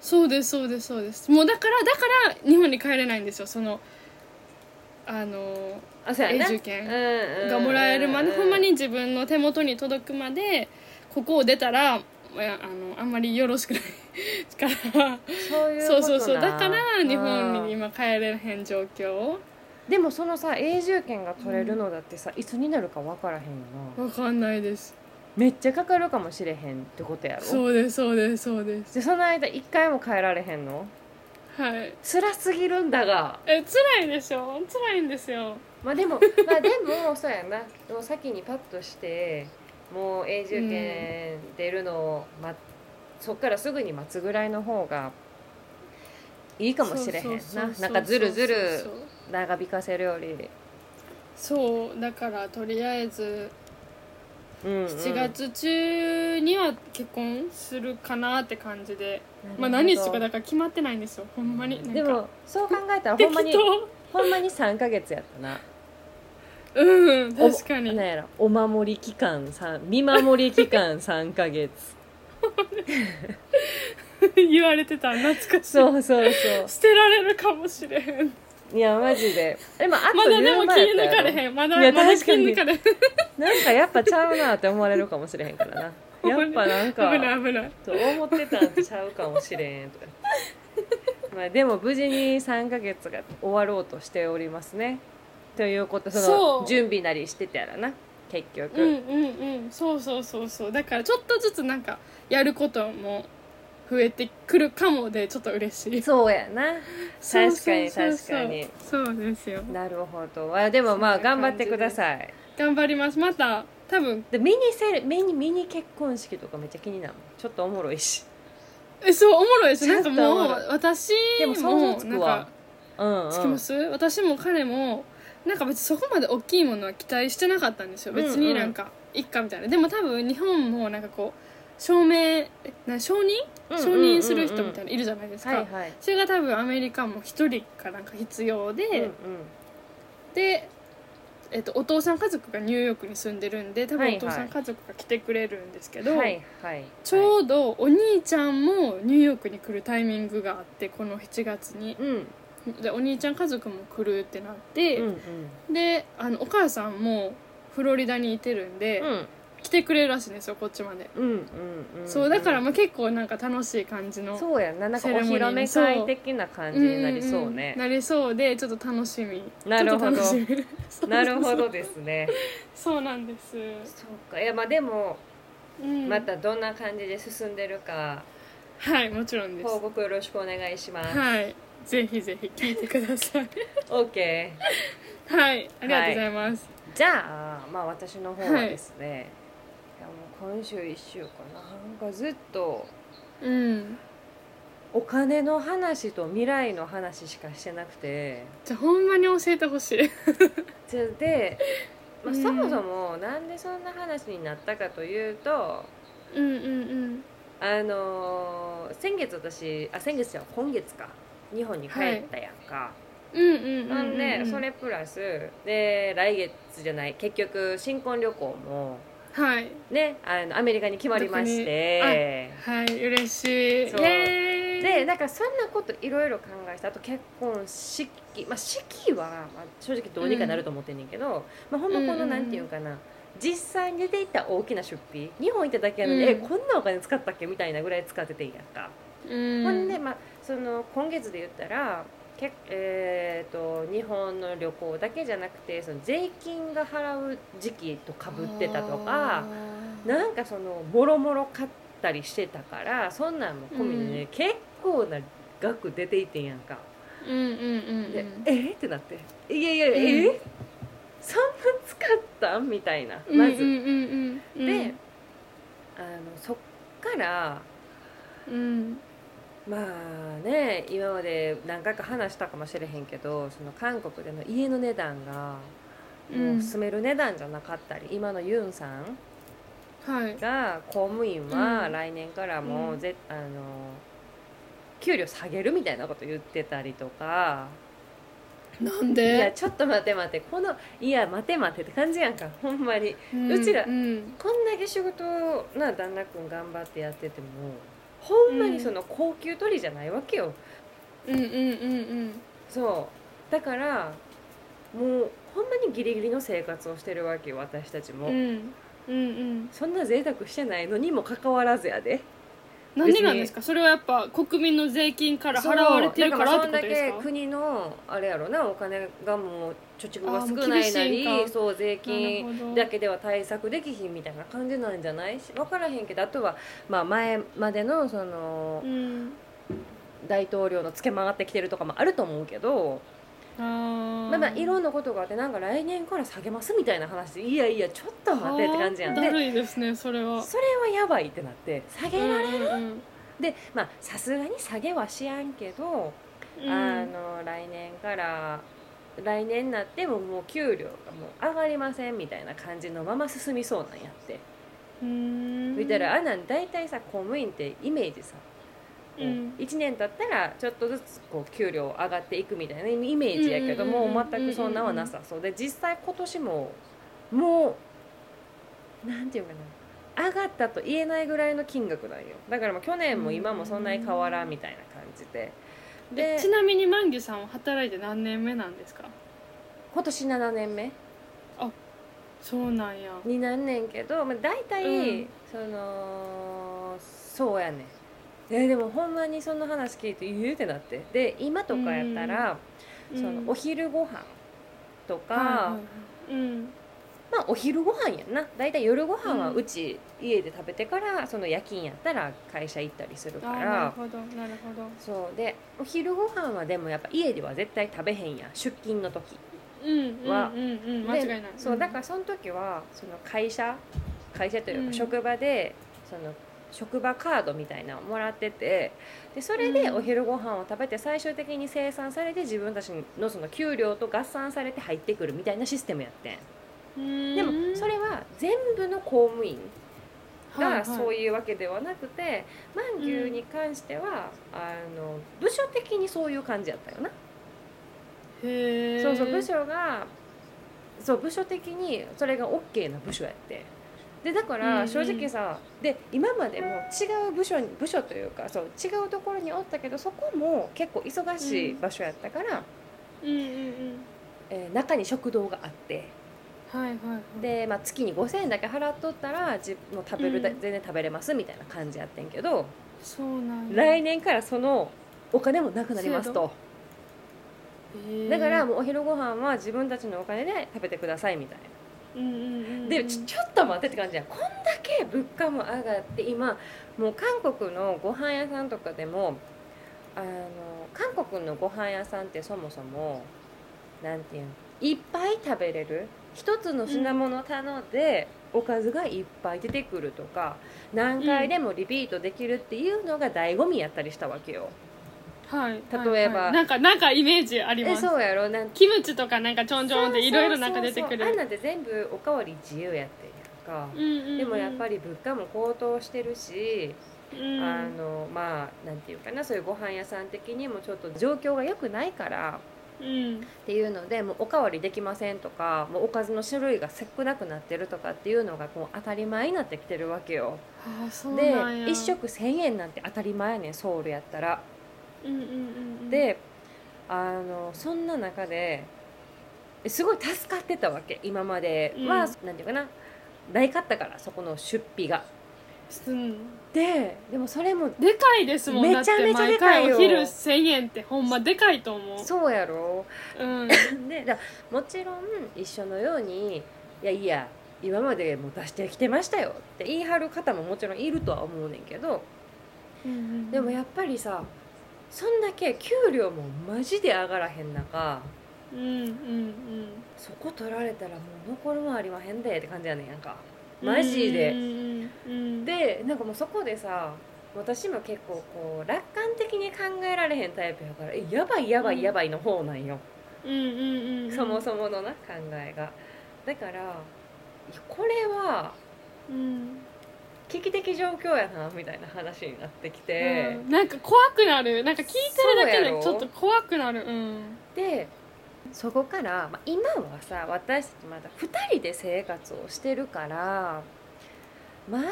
Speaker 1: そうですそうですそうですもうだからだから日本に帰れないんですよそのあの
Speaker 2: あそうや
Speaker 1: 永
Speaker 2: な
Speaker 1: 住権
Speaker 2: うんうん
Speaker 1: がもらえるまで、
Speaker 2: うん
Speaker 1: ほんまに自分の手元に届くまでここを出たらいやあのあんまりよろしくないから
Speaker 2: そういうこ
Speaker 1: そ
Speaker 2: とな
Speaker 1: うそうそうだから日本に
Speaker 2: うん
Speaker 1: 今帰れへん状況
Speaker 2: でもそのさ永住権が取れるのだってさいつになるか分からへんよな
Speaker 1: わかんないです
Speaker 2: めっちゃかかるかもしれへんってことやろ
Speaker 1: そうですそうですそうです
Speaker 2: じゃあその間一回も帰られへんの
Speaker 1: はい
Speaker 2: 辛すぎるんだが
Speaker 1: え辛いでしょ辛いんですよ
Speaker 2: まあでもまあでもそうやなもう先にパッとしてもう永住権出るのを、ま、そっからすぐに待つぐらいの方がいいかもしれへん
Speaker 1: そうそう
Speaker 2: な
Speaker 1: そうそう
Speaker 2: なんかずるず
Speaker 1: そ
Speaker 2: る
Speaker 1: う
Speaker 2: 長引かせるより、
Speaker 1: そうそうだからとりあえず
Speaker 2: うんうん
Speaker 1: 7月中には結婚するかなって感じで、まあ
Speaker 2: なる
Speaker 1: 何
Speaker 2: ほ
Speaker 1: す
Speaker 2: ど
Speaker 1: るかだから決まってないんですよほんまになんか
Speaker 2: でもそう考えたらほんまに
Speaker 1: 適当
Speaker 2: ほんまに3か月やったな
Speaker 1: うん確か
Speaker 2: お
Speaker 1: に
Speaker 2: なんやろお守り期間3見守り期間3か月
Speaker 1: 言われてた懐かしい
Speaker 2: そうそうそ
Speaker 1: 捨てられるかもしれへん
Speaker 2: ういやマジででもあっ
Speaker 1: ま
Speaker 2: と
Speaker 1: だ
Speaker 2: い
Speaker 1: で
Speaker 2: う
Speaker 1: も
Speaker 2: 間や
Speaker 1: 気
Speaker 2: った
Speaker 1: 抜
Speaker 2: や
Speaker 1: か
Speaker 2: ろ
Speaker 1: れへんまだ
Speaker 2: いや
Speaker 1: まだ
Speaker 2: 確
Speaker 1: 気
Speaker 2: かに
Speaker 1: 抜かれへん
Speaker 2: なんかやっぱちゃうなって思われるかもしれへんからな。
Speaker 1: <laughs>
Speaker 2: やっぱなんか
Speaker 1: 危ない危ない
Speaker 2: そう思ってたんとちゃうかもしれん
Speaker 1: <laughs>
Speaker 2: とか。まあでも無事に3ヶ月が終わろうとしておりますね。ということそ
Speaker 1: そう
Speaker 2: の準備なりしてたやらな結局、
Speaker 1: うんうんうんそうそうそうそうだからちょっとずつなんかやることも増えてくるかもでちょっと嬉しい
Speaker 2: そうやな
Speaker 1: そう
Speaker 2: 確かに
Speaker 1: そうそうそう
Speaker 2: 確かに
Speaker 1: そうですよ
Speaker 2: なるほどあでもまあ
Speaker 1: そんな感
Speaker 2: 頑張
Speaker 1: じ
Speaker 2: ってください
Speaker 1: 頑張りますまた多分
Speaker 2: でミニセレミニミニ結婚式とかめっちゃ気になるもんちょっとおもろいし
Speaker 1: えそうおもろいです
Speaker 2: ちょ
Speaker 1: なん
Speaker 2: っと
Speaker 1: かもう
Speaker 2: おもろい
Speaker 1: 私
Speaker 2: でも想像つ
Speaker 1: な
Speaker 2: く
Speaker 1: ん
Speaker 2: わ
Speaker 1: か
Speaker 2: うん、うん、
Speaker 1: つきます、私も彼もなんか別にそこまで大きいものは期待してなかったんですよ別
Speaker 2: うんう
Speaker 1: に
Speaker 2: ん
Speaker 1: なんかいっかみたいな、でも多分日本もなんかこう証明えな承認
Speaker 2: うんうんう
Speaker 1: 承
Speaker 2: んうん
Speaker 1: 認する人みたいなのいるじゃないですか、
Speaker 2: はいはい
Speaker 1: それが多分アメリカも一人かなんか必要で、
Speaker 2: うんうん
Speaker 1: でえっと、お父さん家族がニューヨークに住んでるんで多
Speaker 2: はい
Speaker 1: 分
Speaker 2: はい
Speaker 1: お父さん家族が来てくれるんですけど、
Speaker 2: はいはい
Speaker 1: ちょうどお兄ちゃんもニューヨークに来るタイミングがあってこの7月に
Speaker 2: うんうん
Speaker 1: でお兄ちゃん家族も来るってなって、
Speaker 2: うん
Speaker 1: であのお母さんもフロリダにいてるんで、
Speaker 2: うん
Speaker 1: 来てくれるらしいんですよこっちまで、
Speaker 2: うんうん
Speaker 1: そうだからまあ結構なんか楽しい感じの
Speaker 2: そうやんななんかお
Speaker 1: セレモニ
Speaker 2: 披
Speaker 1: ー
Speaker 2: 露目会的な感じになりそう
Speaker 1: うんうん
Speaker 2: ね
Speaker 1: なりそうでちょっと楽しみ
Speaker 2: なるほど
Speaker 1: ちょっと楽しみ <laughs>
Speaker 2: <laughs>
Speaker 1: そう
Speaker 2: なるほどですね
Speaker 1: そうなんです、
Speaker 2: そうかいやまあでも
Speaker 1: うん
Speaker 2: またどんな感じで進んでるか
Speaker 1: はいもちろんです
Speaker 2: 報告よろしくお願いします
Speaker 1: はいぜひぜひ聞いてください <laughs>
Speaker 2: OK
Speaker 1: はいありがとうございます、
Speaker 2: じゃあまあ私の方はですね、いやもう今週1週間なんかずっと
Speaker 1: うん
Speaker 2: お金の話と未来の話しかしてなくて
Speaker 1: じゃあほんまに教えてほしい
Speaker 2: でで、まあ、
Speaker 1: うん
Speaker 2: そもそもなんでそんな話になったかというと
Speaker 1: うんうん
Speaker 2: あのー先月私あ先月じゃない今月か日本に帰ったやんか、
Speaker 1: うんうんうん
Speaker 2: な
Speaker 1: うんん
Speaker 2: で、
Speaker 1: うん
Speaker 2: それプラスで来月じゃない結局新婚旅行も
Speaker 1: はい
Speaker 2: ねあのアメリカに決まりまして。
Speaker 1: はい嬉しい
Speaker 2: そう
Speaker 1: イエーイ
Speaker 2: でなんかそんなこといろいろ考えてあと結婚式まあ式は、まあ、正直どうにかなると思ってんねんけど、まあ、ほんまこ
Speaker 1: うんうん
Speaker 2: の
Speaker 1: うん
Speaker 2: なんていうんかな、実際に出ていった大きな出費日本行っただけやのに、
Speaker 1: うん
Speaker 2: えこんなお金使ったっけみたいなぐらい使っててんやんか、
Speaker 1: うん
Speaker 2: ほんで、まあ、その今月で言ったらけ、えー、と日本の旅行だけじゃなくてその税金が払う時期とかぶってたとか
Speaker 1: あー
Speaker 2: なんかそのもろもろ買ったりしてたからそんなんも込みでね、
Speaker 1: うん
Speaker 2: 結構な額出ていってんやんか、
Speaker 1: うんうんうんうん
Speaker 2: でえっってなって「いやいや、
Speaker 1: ん
Speaker 2: えそんな使ったん?」みたいなまず、
Speaker 1: うんうんうんうん
Speaker 2: であのそっから
Speaker 1: うん
Speaker 2: まあね今まで何回か話したかもしれへんけどその韓国での家の値段がもう住める値段じゃなかったり、今のユンさん
Speaker 1: はい
Speaker 2: が公務員は
Speaker 1: うん
Speaker 2: 来年からも
Speaker 1: う
Speaker 2: うんぜ、あの給料下げるみたいなこと言ってたりとか
Speaker 1: なん
Speaker 2: いや
Speaker 1: で
Speaker 2: ちょっと待て待てこのいや待て待てって感じやんかほんまに
Speaker 1: うん
Speaker 2: うちら
Speaker 1: うん
Speaker 2: こんだけ仕事をな旦那君頑張ってやっててもほんまにその高級取りじゃないわけよ、
Speaker 1: うんうんうん
Speaker 2: そうだからもうほんまにギリギリの生活をしてるわけよ私たちも、
Speaker 1: うんうんうんうん
Speaker 2: そんな贅沢してないのにもかかわらずやで
Speaker 1: なんでなんですかそれはやっぱ国民の税金から払われてるからってこ
Speaker 2: そうだからそ
Speaker 1: とです
Speaker 2: んだけ
Speaker 1: か
Speaker 2: 国のあれやろなお金がもう貯蓄が
Speaker 1: あー
Speaker 2: 少ないな
Speaker 1: もう厳しい
Speaker 2: り
Speaker 1: んか
Speaker 2: そう税金
Speaker 1: なるほど
Speaker 2: だけでは対策できひんみたいな感じなんじゃないし分からへんけどあとは、まあ、前までのその
Speaker 1: うん
Speaker 2: 大統領のつけ回ってきてるとかもあると思うけど、
Speaker 1: あ
Speaker 2: まあまあいろ
Speaker 1: ん
Speaker 2: んなことがあってなんか来年から下げますみたいな話でいやいやちょっと待ってって感じやん
Speaker 1: だ
Speaker 2: で
Speaker 1: るいですねそれは
Speaker 2: それはやばいってなって下げられ、
Speaker 1: うん
Speaker 2: でまあさすがに下げはしやんけど
Speaker 1: うんうん
Speaker 2: あの来年から来年になってももう給料がもう上がりませんみたいな感じのまま進みそうなんやって
Speaker 1: うん
Speaker 2: 見たらあんなん大体さ公務員ってイメージさ、こう
Speaker 1: うん
Speaker 2: 1年経ったらちょっとずつこう給料上がっていくみたいなイメージやけども
Speaker 1: うんうんうんうん
Speaker 2: 全くそんなんはなさそうで実際今年ももうなんていうかな上がったと言えないぐらいの金額なんよだからもう去年も今もそんなに変わらんみたいな感じで
Speaker 1: え
Speaker 2: で
Speaker 1: ちなみに万ギさんは働いて何年目なんですか
Speaker 2: 今年7年目
Speaker 1: そうなんや
Speaker 2: になんねんけど、まあ、大体、
Speaker 1: うん
Speaker 2: そのそうやねんえでもほんまにその話聞いて言うってなってで今とかやったら、そのお
Speaker 1: ひ
Speaker 2: 昼ご飯とか、
Speaker 1: うん
Speaker 2: まあお昼ご飯やんな大体夜ご飯は
Speaker 1: うん
Speaker 2: うち、家で食べてからその夜勤やったら会社行ったりする
Speaker 1: あ
Speaker 2: か
Speaker 1: ーなる
Speaker 2: ら
Speaker 1: ほどなるほど
Speaker 2: そうでお昼ご飯はでもやっぱ家では絶対食べへんやん出勤の時
Speaker 1: うん
Speaker 2: は
Speaker 1: うんうんうん間違いない
Speaker 2: でそうだからその時はその会社会社という
Speaker 1: う
Speaker 2: か
Speaker 1: ん
Speaker 2: 職場で、その職場カードみたいなのをもらっててでそれで
Speaker 1: うん
Speaker 2: お昼ご飯を食べて最終的に生産されて自分たちのその給料と合算されて入ってくるみたいなシステムやってん
Speaker 1: うん
Speaker 2: でもそれは全部の公務員がそう
Speaker 1: う
Speaker 2: いうわけではなくて満牛に関してはあの部署的にそういう感じやったよな。
Speaker 1: んはいはいへー
Speaker 2: そうそう部署がそう部署的にそれが OK な部署やってでだか
Speaker 1: うんう
Speaker 2: ら
Speaker 1: ん
Speaker 2: 正直さ、で今までも違う部署に部署というかそう違うところにおったけどそこも結構忙しい場所やったから、
Speaker 1: うんうんうん
Speaker 2: えー中に食堂があって
Speaker 1: はいはいはい
Speaker 2: で、まあ、月に5,000円だけ払っとったら自もう食べるだ、
Speaker 1: うん
Speaker 2: 全然食べれますみたいな感じやってんけど、
Speaker 1: そうなんや
Speaker 2: 来年からそのお金もなくなりますと。
Speaker 1: へえ
Speaker 2: だからもうお昼ご飯は自分たちのお金で食べてくださいみたいな
Speaker 1: うんうんうんうん
Speaker 2: でちょちょっと待ってって感じやこんだけ物価も上がって今もう韓国のご飯屋さんとかでもあの韓国のご飯屋さんってそもそもなんていうんいっぱい食べれる一つの品物頼んで、おかずがいっぱい出てくるとか何回でもリピートできるっていうのが醍醐味やったりしたわけよ。
Speaker 1: はい
Speaker 2: 例えば
Speaker 1: はいはいなんかなんかイメージあり
Speaker 2: え
Speaker 1: ます
Speaker 2: そうやろなん
Speaker 1: <laughs> キムチとかなんかちょんちょんっていろいろなんか出てく
Speaker 2: そうそうそうあん
Speaker 1: る
Speaker 2: なんて全部おかわり自由やってんやんか、でもやっぱ
Speaker 1: り
Speaker 2: り物価も高騰してるし、あのまあなんていうかなそういうご飯屋さん的にもちょっと状況が良くないから
Speaker 1: うん
Speaker 2: っていうのでもうおかわりできませんとかもうおかずの種類が少なくなってるとかっていうのがもう当たり前になってきてるわけよ
Speaker 1: ああそう
Speaker 2: で
Speaker 1: なんや
Speaker 2: 1食1,000円なんて当たり前やねんソウルやったら。
Speaker 1: うんうんうんうん
Speaker 2: であのそんな中ですごい助かってたわけ今までは、なんていうかなないかったからそこの出費が。
Speaker 1: うん
Speaker 2: ででもそれも
Speaker 1: でかいですもん
Speaker 2: めちゃめちゃでかいよ
Speaker 1: だって毎回お昼1000円ってほんまでかいと思う
Speaker 2: そうやろ <laughs>
Speaker 1: うん
Speaker 2: でだもちろん一緒のように「いやいや今までもう出してきてましたよ」って言い張る方ももちろんいるとは思うねんけどでも
Speaker 1: や
Speaker 2: やっぱりさそんだけ給料もマジで上がらへん中
Speaker 1: うんうんうん
Speaker 2: そこ取られたらもう残るもんありまへんでって感じやねんやんか。マジで
Speaker 1: うんうん
Speaker 2: でなんかもうそこでさ私も結構こう楽観的に考えられへんタイプやからえやばいやばいやばいの方なんよ、
Speaker 1: うんうんうん
Speaker 2: そもそものな考えがだからいやこれは
Speaker 1: うん
Speaker 2: 危機的状況やなみたいな話になってきて、
Speaker 1: うんなんか怖くなるなんか聞いてるだけ
Speaker 2: そうやろ
Speaker 1: でちょっと怖くなるうん
Speaker 2: でそこから、まあ、今はさ私たちまだ2人で生活をしてるからまだ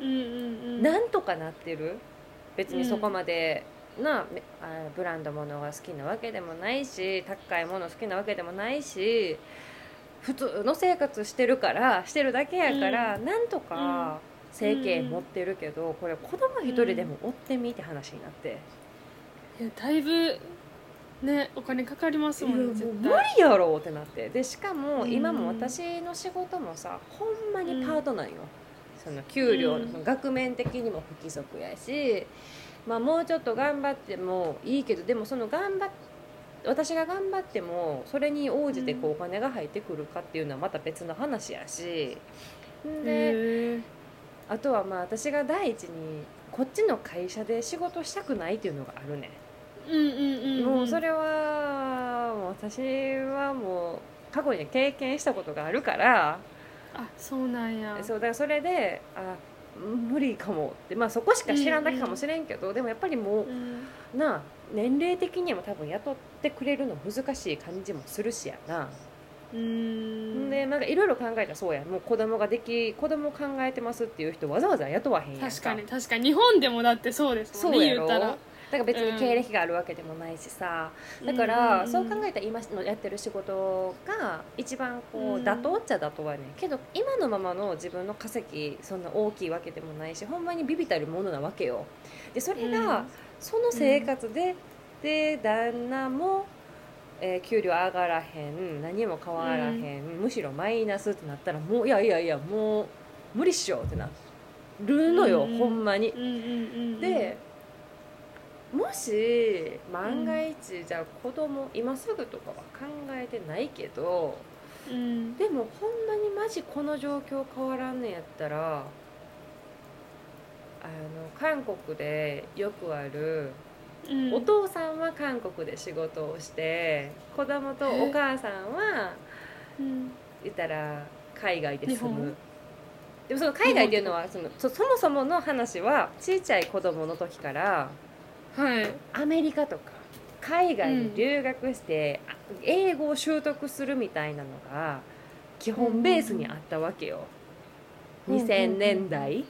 Speaker 1: うんうんうん
Speaker 2: なんとかなってる別にそこまで、なめあブランドものが好きなわけでもないし高いもの好きなわけでもないし普通の生活してるからしてるだけやから、なんとか生計持ってるけど、これ子供一人でも追ってみって話になって、
Speaker 1: いやだいぶねお金かかりますもんね
Speaker 2: いやもう
Speaker 1: 絶
Speaker 2: 無
Speaker 1: 対
Speaker 2: 理やろうってなってでしかも
Speaker 1: うん
Speaker 2: 今も私の仕事もさほんまにパートなんよ、その給料
Speaker 1: う
Speaker 2: の
Speaker 1: ん
Speaker 2: その額面的にも不規則やし、まあ、もうちょっと頑張ってもいいけどでもその頑張っ私が頑張ってもそれに応じてこうお金が入ってくるかっていうのはまた別の話やしで
Speaker 1: へえ
Speaker 2: あとはまあ私が第一にこっちの会社で仕事したくないっていうのがあるねん。
Speaker 1: うんうんうんん
Speaker 2: もうそれはもう私はもう過去に経験したことがあるから
Speaker 1: あそうなんや
Speaker 2: そうだからそれであ無理かもってまあそこしか知らんだけかもしれんけど、でもやっぱりも
Speaker 1: うん
Speaker 2: うなあ年齢的にも多分雇ってくれるの難しい感じもするしやな、
Speaker 1: うん
Speaker 2: でなんかいろいろ考えたらそうやもう子供ができ子供考えてますっていう人わざわざ雇わへんやん
Speaker 1: 確かに確かに日本でもだってそうですも
Speaker 2: そ
Speaker 1: ん
Speaker 2: う
Speaker 1: ね
Speaker 2: や
Speaker 1: 言
Speaker 2: ろ
Speaker 1: うたら
Speaker 2: だから別に経歴があるわけでもないしさ、だから、そう考えたら今のやってる仕事が一番こう
Speaker 1: うん
Speaker 2: 妥当っちゃ妥当はねんけど今のままの自分の稼ぎそんな大きいわけでもないしほんまにビビたるものなわけよでそれが、
Speaker 1: うん
Speaker 2: その生活で、で旦那も、えー給料上がらへん何も変わらへん、むしろマイナスってなったらもういやいやいやもう無理っしょってなるのよ、
Speaker 1: うん
Speaker 2: ほんまに
Speaker 1: うんうんうんうん
Speaker 2: でもし万が一、じゃあ子供今すぐとかは考えてないけど
Speaker 1: うん
Speaker 2: でもほんまにマジこの状況変わらんねやったらあの韓国でよくある、
Speaker 1: うん
Speaker 2: お父さんは韓国で仕事をして子供とお母さんは
Speaker 1: うん
Speaker 2: 言ったら海外で住
Speaker 1: 日
Speaker 2: む
Speaker 1: 本
Speaker 2: でもその海外っていうのはそのそそもそもの話はちいちゃい子供の時から
Speaker 1: はい
Speaker 2: アメリカとか海外に留学して、あ英語を習得するみたいなのが基本ベースにあったわけよ、
Speaker 1: うんうんうん
Speaker 2: 2000年代、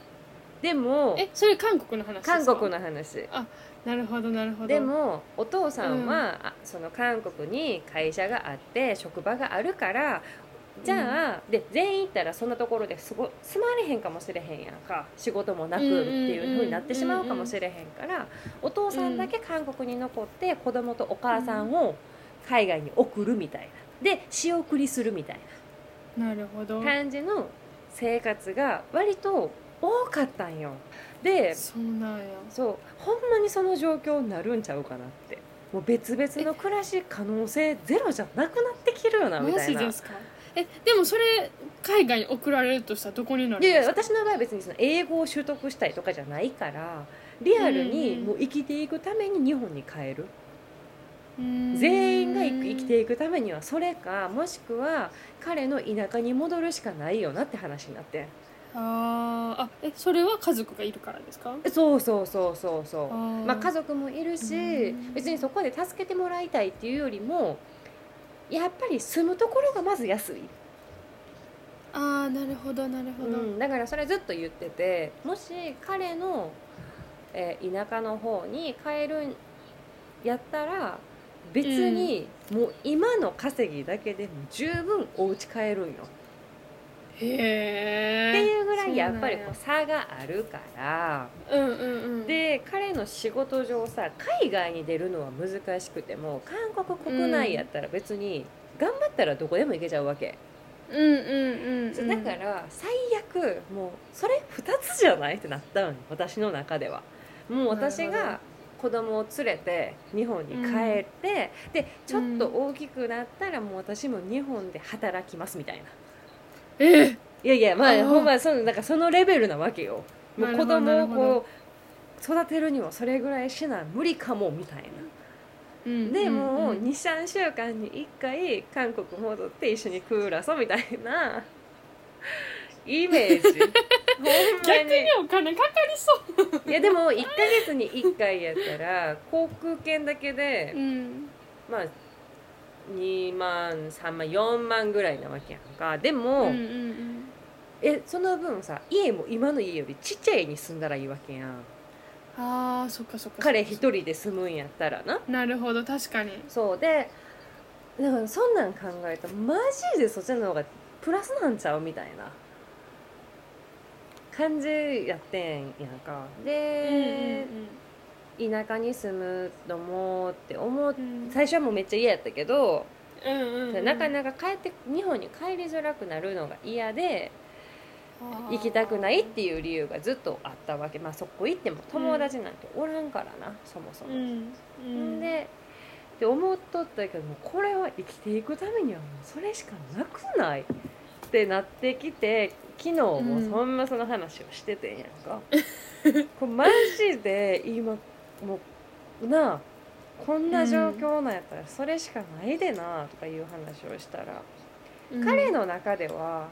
Speaker 2: でも
Speaker 1: えそれ韓国の話ですか
Speaker 2: 韓国の話
Speaker 1: なるほどなるほど
Speaker 2: でもお父さんは、あその韓国に会社があって職場があるからじゃあ、で全員行ったらそんなところですご住まわれへんかもしれへんやんか仕事もなくっていうふうになってしまうかもしれへんからお父さんだけ韓国に残って子供とお母さんを海外に送るみたいなで仕送りするみたいな。
Speaker 1: なるほど
Speaker 2: 感じの生活が割と多かったんよで
Speaker 1: そうなんや
Speaker 2: そうほんまにその状況になるんちゃうかなってもう別々の暮らし可能性ゼロじゃなくなってきてるよなみ
Speaker 1: マ
Speaker 2: たい
Speaker 1: ジ
Speaker 2: な
Speaker 1: ですかえでもそれ海外に送られるとしたらどこになるん
Speaker 2: い
Speaker 1: ですか
Speaker 2: やいや私の場合は別にその英語を習得したいとかじゃないからリアルに
Speaker 1: うんうん
Speaker 2: もう生きていくために日本に帰る、
Speaker 1: うーん
Speaker 2: 全員が生き生きていくためにはそれかもしくは彼の田舎に戻るしかないよなって話になって
Speaker 1: あーあえそれは家族がいるからですか
Speaker 2: そうそうそうそうそう
Speaker 1: あー
Speaker 2: まあ、家族もいるし
Speaker 1: うん
Speaker 2: 別にそこで助けてもらいたいっていうよりもやっぱり住むところがまず安い、
Speaker 1: ああなるほどなるほど、
Speaker 2: うん、だからそれずっと言っててもし彼の、えー田舎の方に帰るんやったら別にもう今の稼ぎだけでも十分お家帰るんよ。
Speaker 1: へえ
Speaker 2: っていうぐらいやっぱりこう
Speaker 1: う
Speaker 2: 差があるから。
Speaker 1: なんやうんうんうん
Speaker 2: で彼の仕事上さ海外に出るのは難しくても韓国国内やったら別に頑張ったらどこでも行けちゃうわけ、
Speaker 1: うんうんうん、うん、
Speaker 2: だから最悪もうそれ2つじゃないってなったのに私の中ではもう私
Speaker 1: なるほ
Speaker 2: が子供を連れて日本に帰って、でちょっと大きくなったらもう私も日本で働きますみたいな
Speaker 1: ええ
Speaker 2: いやいやま
Speaker 1: あ
Speaker 2: あ
Speaker 1: あ
Speaker 2: ほんまそのなんかそのレベルなわけよもう
Speaker 1: なる
Speaker 2: 子
Speaker 1: ほど
Speaker 2: 供を
Speaker 1: なる
Speaker 2: こう育てるにはそれぐらいしな無理かもみたいな
Speaker 1: うん
Speaker 2: でもう
Speaker 1: うんうん
Speaker 2: 23週間に1回韓国戻って一緒に食うらそみたい
Speaker 1: <laughs>
Speaker 2: なイメージほんま
Speaker 1: 逆に
Speaker 2: に
Speaker 1: お金かかりそう、
Speaker 2: いやでも1ヶ月に1回やったら航空券だけで、
Speaker 1: ん、
Speaker 2: まあ2万3万4万ぐらいなわけやんかで
Speaker 1: うん
Speaker 2: も、
Speaker 1: うんうん
Speaker 2: えその分さ家も今の家よりちっちゃい家に住んだらいいわけやん
Speaker 1: あーそっかそっか
Speaker 2: 彼一人で住むんやったらな
Speaker 1: なるほど確かに
Speaker 2: そうでだからそんなん考えたらマジでそっちの方がプラスなんちゃうみたいな感じやってんやんかで、田舎に住むのもって思う
Speaker 1: うんうんうん
Speaker 2: 最初はもうめっちゃ嫌やったけど、
Speaker 1: うんうんうん
Speaker 2: なかなか帰って日本に帰りづらくなるのが嫌で行きたくないっていう理由がずっとあったわけまあそこ行っても友達なんておらんからな、そもそも。
Speaker 1: うんうん
Speaker 2: でって思っとったけどもうこれは生きていくためにはもうそれしかなくないってなってきて昨日も
Speaker 1: うん
Speaker 2: そんなその話をしててんやんか、
Speaker 1: <laughs>
Speaker 2: これマジで今もうなあこんな状況なんやったらそれしかないでなあとかいう話をしたら、
Speaker 1: うん
Speaker 2: 彼の中では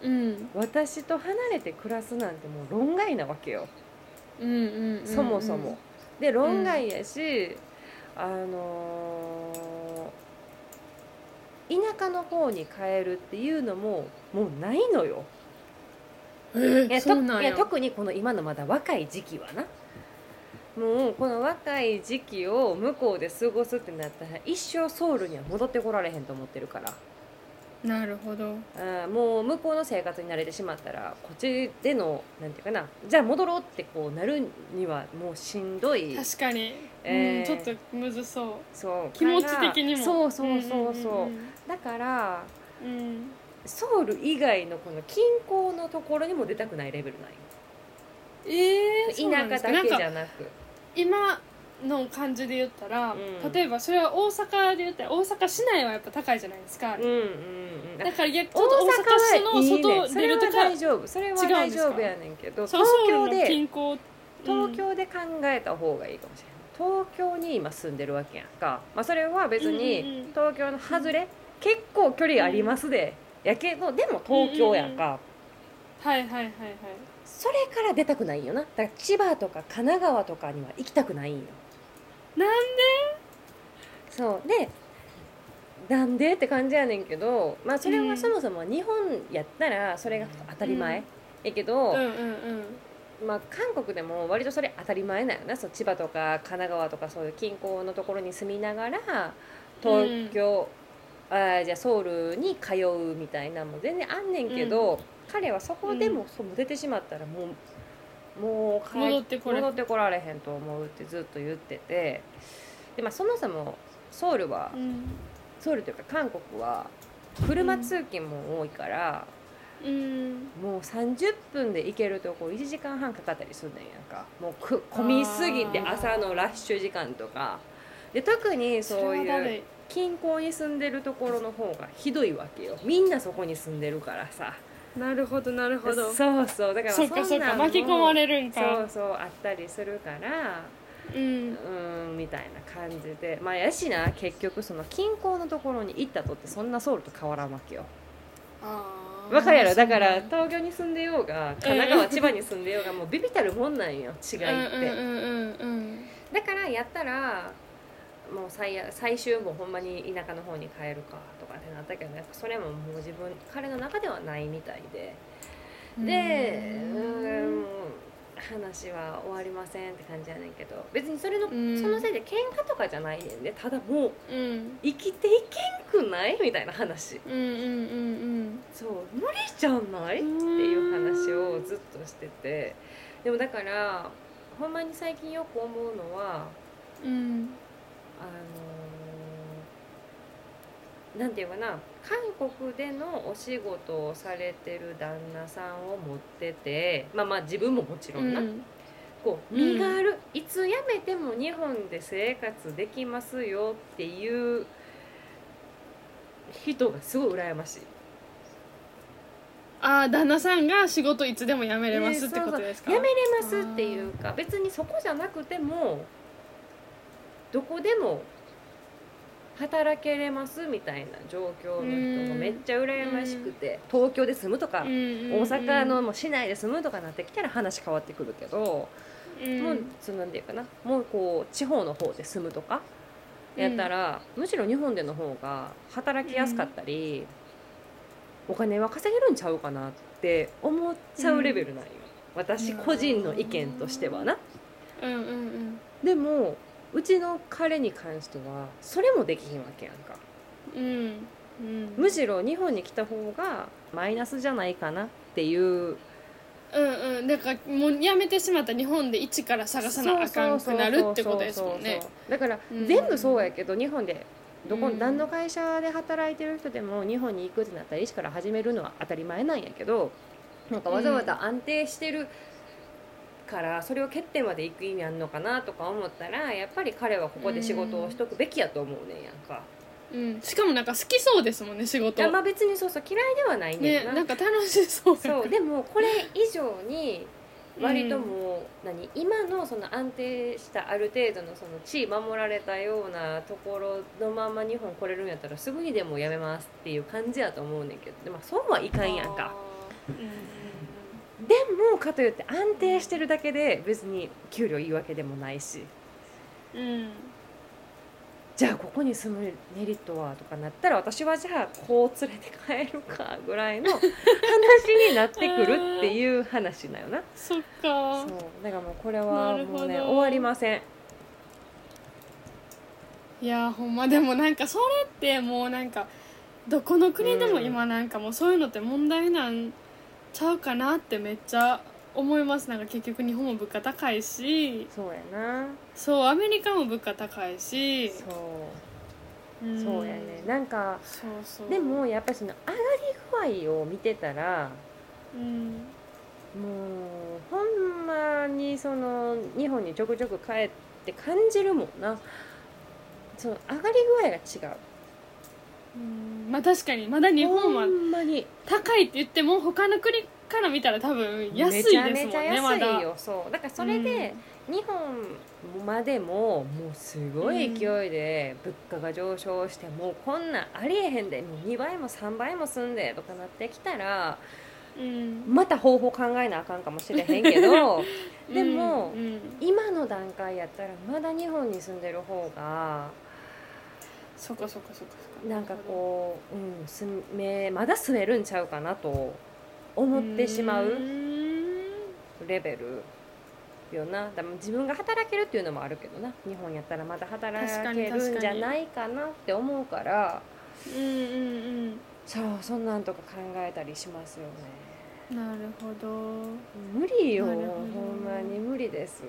Speaker 1: うん
Speaker 2: 私と離れて暮らすなんてもう論外なわけよ。
Speaker 1: うんうんうん
Speaker 2: そもそも。で論外やし、あのー田舎の方に帰るっていうのももうないのよ。
Speaker 1: え
Speaker 2: いや
Speaker 1: ー、
Speaker 2: と
Speaker 1: そうなん
Speaker 2: い
Speaker 1: や
Speaker 2: や特にこの今のまだ若い時期はな。もうこの若い時期を向こうで過ごすってなったら一生ソウルには戻ってこられへんと思ってるから。
Speaker 1: なるほど
Speaker 2: あーもう向こうの生活に慣れてしまったらこっちでのなんていうかなじゃあ戻ろうってこうなるにはもうしんどい
Speaker 1: 確かに、
Speaker 2: えー
Speaker 1: うん、ちょっとむずそう
Speaker 2: そう
Speaker 1: 気持ち的にも
Speaker 2: そうそうそうそう,、
Speaker 1: ん
Speaker 2: だから
Speaker 1: うんうんうん
Speaker 2: ソウル以外のこの近郊のところにも出たくないレベルない
Speaker 1: えー、そうな
Speaker 2: 田
Speaker 1: んです
Speaker 2: 舎
Speaker 1: か
Speaker 2: だけじ
Speaker 1: なんか
Speaker 2: ゃなく
Speaker 1: 今の感じで言ったら、
Speaker 2: うん
Speaker 1: 例えばそれは大阪で言ったら大阪市内はやっぱ高いじゃないですか、
Speaker 2: うんうんうん
Speaker 1: だから
Speaker 2: 大
Speaker 1: 逆ちょっと大
Speaker 2: 阪はいい
Speaker 1: 阪市の
Speaker 2: ね
Speaker 1: 外
Speaker 2: そ
Speaker 1: 出
Speaker 2: れ
Speaker 1: る
Speaker 2: は
Speaker 1: とか、
Speaker 2: 大丈夫それは
Speaker 1: 違うん
Speaker 2: 大
Speaker 1: ですか
Speaker 2: 丈夫やねんけど
Speaker 1: そう
Speaker 2: 東
Speaker 1: ソウ
Speaker 2: 京
Speaker 1: ルの
Speaker 2: で
Speaker 1: 近郊うん
Speaker 2: 東京で考えた方がいいかもしれない東京に今住んでるわけやんか、まあ、それは別
Speaker 1: うんうんう
Speaker 2: に
Speaker 1: ん
Speaker 2: 東京の外れ、結構距離ありますで、やけどでも東京やんか、
Speaker 1: はいはいはいはい
Speaker 2: それから出たくないよなだから千葉とか神奈川とかには行きたくないんよ
Speaker 1: なん
Speaker 2: そうでなんでって感じやねんけど、まあ、それ
Speaker 1: う
Speaker 2: は
Speaker 1: ん
Speaker 2: そもそも日本やったらそれが当たり前やけど、
Speaker 1: うんうんうん
Speaker 2: まあ、韓国でも割とそれ当たり前なんよなそう千葉とか神奈川とかそういう近郊のところに住みながら東京、あーじゃあソウルに通うみたいなのも全然あんねんけど、彼はそこでもそう出てしまったらもうもう帰
Speaker 1: 戻ってこれ
Speaker 2: 戻ってこられへんと思うってずっと言っててで、まあ、そもそもソウルは、
Speaker 1: うん
Speaker 2: ソウルというか韓国は車通勤も多いから、
Speaker 1: うん
Speaker 2: もう30分で行けるとこ1時間半かかったりするんやんかもうく混みすぎて
Speaker 1: あー
Speaker 2: 朝のラッシュ時間とかで特にそう
Speaker 1: れはだ
Speaker 2: い
Speaker 1: る
Speaker 2: う近郊に住んでるところの方がひどいわけよみんなそこに住んでるからさ
Speaker 1: なるほどなるほどそ
Speaker 2: そうそうだから
Speaker 1: っかそ
Speaker 2: ん
Speaker 1: っ
Speaker 2: なん
Speaker 1: か
Speaker 2: も
Speaker 1: 巻き込まれるん
Speaker 2: そ
Speaker 1: か
Speaker 2: うそうあったりするからう
Speaker 1: う
Speaker 2: んーんみたいな感じでまあやしな結局その近郊のところに行ったとってそんなソウルと変わらんわけよ
Speaker 1: あー
Speaker 2: わかるやろ
Speaker 1: そ
Speaker 2: だ
Speaker 1: う
Speaker 2: か
Speaker 1: なん
Speaker 2: ら東京に住んでようが神奈川千葉に住んでようがもうビビたるもんなんよ違いって、
Speaker 1: うんうんうんうん
Speaker 2: だからやったらもう最悪最終もうほんまに田舎の方に帰るかとかってなったけどやっぱそれももう自分彼の中ではないみたいで
Speaker 1: うん
Speaker 2: でうーん話は終わりませんって感じやねんけど別にそれの、
Speaker 1: うん
Speaker 2: そのせいで喧嘩とかじゃないねんでただもう
Speaker 1: うん
Speaker 2: 生きていけんくないみたいな話
Speaker 1: うんうんうん
Speaker 2: そう無理じゃない
Speaker 1: うん
Speaker 2: っていう話をずっとしててでもだからほんまに最近よく思うのは
Speaker 1: うん
Speaker 2: あのーなんていうかな韓国でのお仕事をされてる旦那さんを持っててまあまあ自分ももちろ
Speaker 1: うん
Speaker 2: な、
Speaker 1: ん
Speaker 2: こう
Speaker 1: うん
Speaker 2: 身軽、いつ辞めても日本で生活できますよっていう人がすごい羨ましい。
Speaker 1: ああ旦那さんが仕事いつでも辞めれますってことですか
Speaker 2: やめれますっていうか別にそこじゃなくてもどこでも働けれますみたいな状況の人もめっちゃ羨ましくて東京で住むとか
Speaker 1: うん
Speaker 2: 大
Speaker 1: うんうん
Speaker 2: 阪のもう市内で住むとかなってきたら話変わってくるけど
Speaker 1: うん
Speaker 2: もうそのなんていうかなもうこう地方の方で住むとかやったらむしろ日本での方が働きやすかったりお金は稼げるんちゃうかなって思っちゃうレベルなんよ私個人の意見としてはな
Speaker 1: うんうんうん
Speaker 2: でもうちの彼に関してはそれもできひんわけやんか
Speaker 1: うんうん
Speaker 2: むしろ日本に来た方がマイナスじゃないかなっていう
Speaker 1: うんうんだからもう辞めてしまった日本で一から探さなあかんくなるってことですもんね
Speaker 2: そうそうそうそうだから
Speaker 1: うん
Speaker 2: 全部そうやけど日本でどこ
Speaker 1: うん
Speaker 2: 何の会社で働いてる人でも日本に行くってなったら一から始めるのは当たり前なんやけどなんかわざわざ安定してるからそれを欠点まで行く意味あんのかなとか思ったらやっぱり彼はここで仕事をしとくべきやと思うねんやんか。
Speaker 1: うんしかもなんか好きそうですもんね仕
Speaker 2: い
Speaker 1: 事
Speaker 2: やまあ別にそうそう嫌いではないね
Speaker 1: ね
Speaker 2: んな。
Speaker 1: なんか楽しそう
Speaker 2: そうでもこれ以上に割と
Speaker 1: うん
Speaker 2: もう、何今のその安定したある程度のその地位守られたようなところのまま日本来れるんやったらすぐにでもやめますっていう感じやと思うねんけどでもそうはいかんやんか
Speaker 1: うんうん
Speaker 2: でもかといって安定してるだけで別に給料いいわけでもないし
Speaker 1: うん
Speaker 2: じゃあここに住むメリットはとかなったら私はじゃあこう連れて帰るかぐらいの話になってくるっていう話だよな。
Speaker 1: そっか
Speaker 2: そうだからもうこれは
Speaker 1: なるほど
Speaker 2: もうね終わりません
Speaker 1: いやーほんまでもなんかそれってもうなんかどこの国でも今なんかもうそういうのって問題なんちゃうかなってめっちゃ思いますなんか結局日本も物価高いし
Speaker 2: そうやな
Speaker 1: そうアメリカも物価高いし
Speaker 2: そう
Speaker 1: うん
Speaker 2: そうやねなんか
Speaker 1: そうそう
Speaker 2: でもやっぱりその上がり具合を見てたら
Speaker 1: うん
Speaker 2: もうほんまにその日本にちょくちょく帰って感じるもんなその上がり具合が違う
Speaker 1: うんまあ確かにまだ日本
Speaker 2: ほ
Speaker 1: は
Speaker 2: んまに
Speaker 1: 高いって言っても他の国から見たら多分安いですもんね
Speaker 2: めちゃめちゃ
Speaker 1: ま
Speaker 2: 安
Speaker 1: だ
Speaker 2: いよそうだからそれで、日本までももうすごい勢いで物価が上昇して、もうこんなんありえへんでもう2倍も3倍もすんでとかなってきたら
Speaker 1: うん
Speaker 2: また方法考えなあかんかもしれへんけど
Speaker 1: <laughs> うん
Speaker 2: でも
Speaker 1: うん
Speaker 2: 今の段階やったらまだ日本に住んでる方が
Speaker 1: そっかそっかそっかそっ
Speaker 2: なんかこう、うん、住めまだ住めるんちゃうかなと思ってしま
Speaker 1: ー
Speaker 2: うんレベルよなでも自分が働けるっていうのもあるけどな日本やったらまだ働
Speaker 1: 確か
Speaker 2: け
Speaker 1: に確か
Speaker 2: る
Speaker 1: に
Speaker 2: んじゃないかなって思うから
Speaker 1: うんうん
Speaker 2: そうそんなんとか考えたりしますよね
Speaker 1: うんなるほど
Speaker 2: 無理よ
Speaker 1: な
Speaker 2: ほ
Speaker 1: るほど
Speaker 2: んまに無理です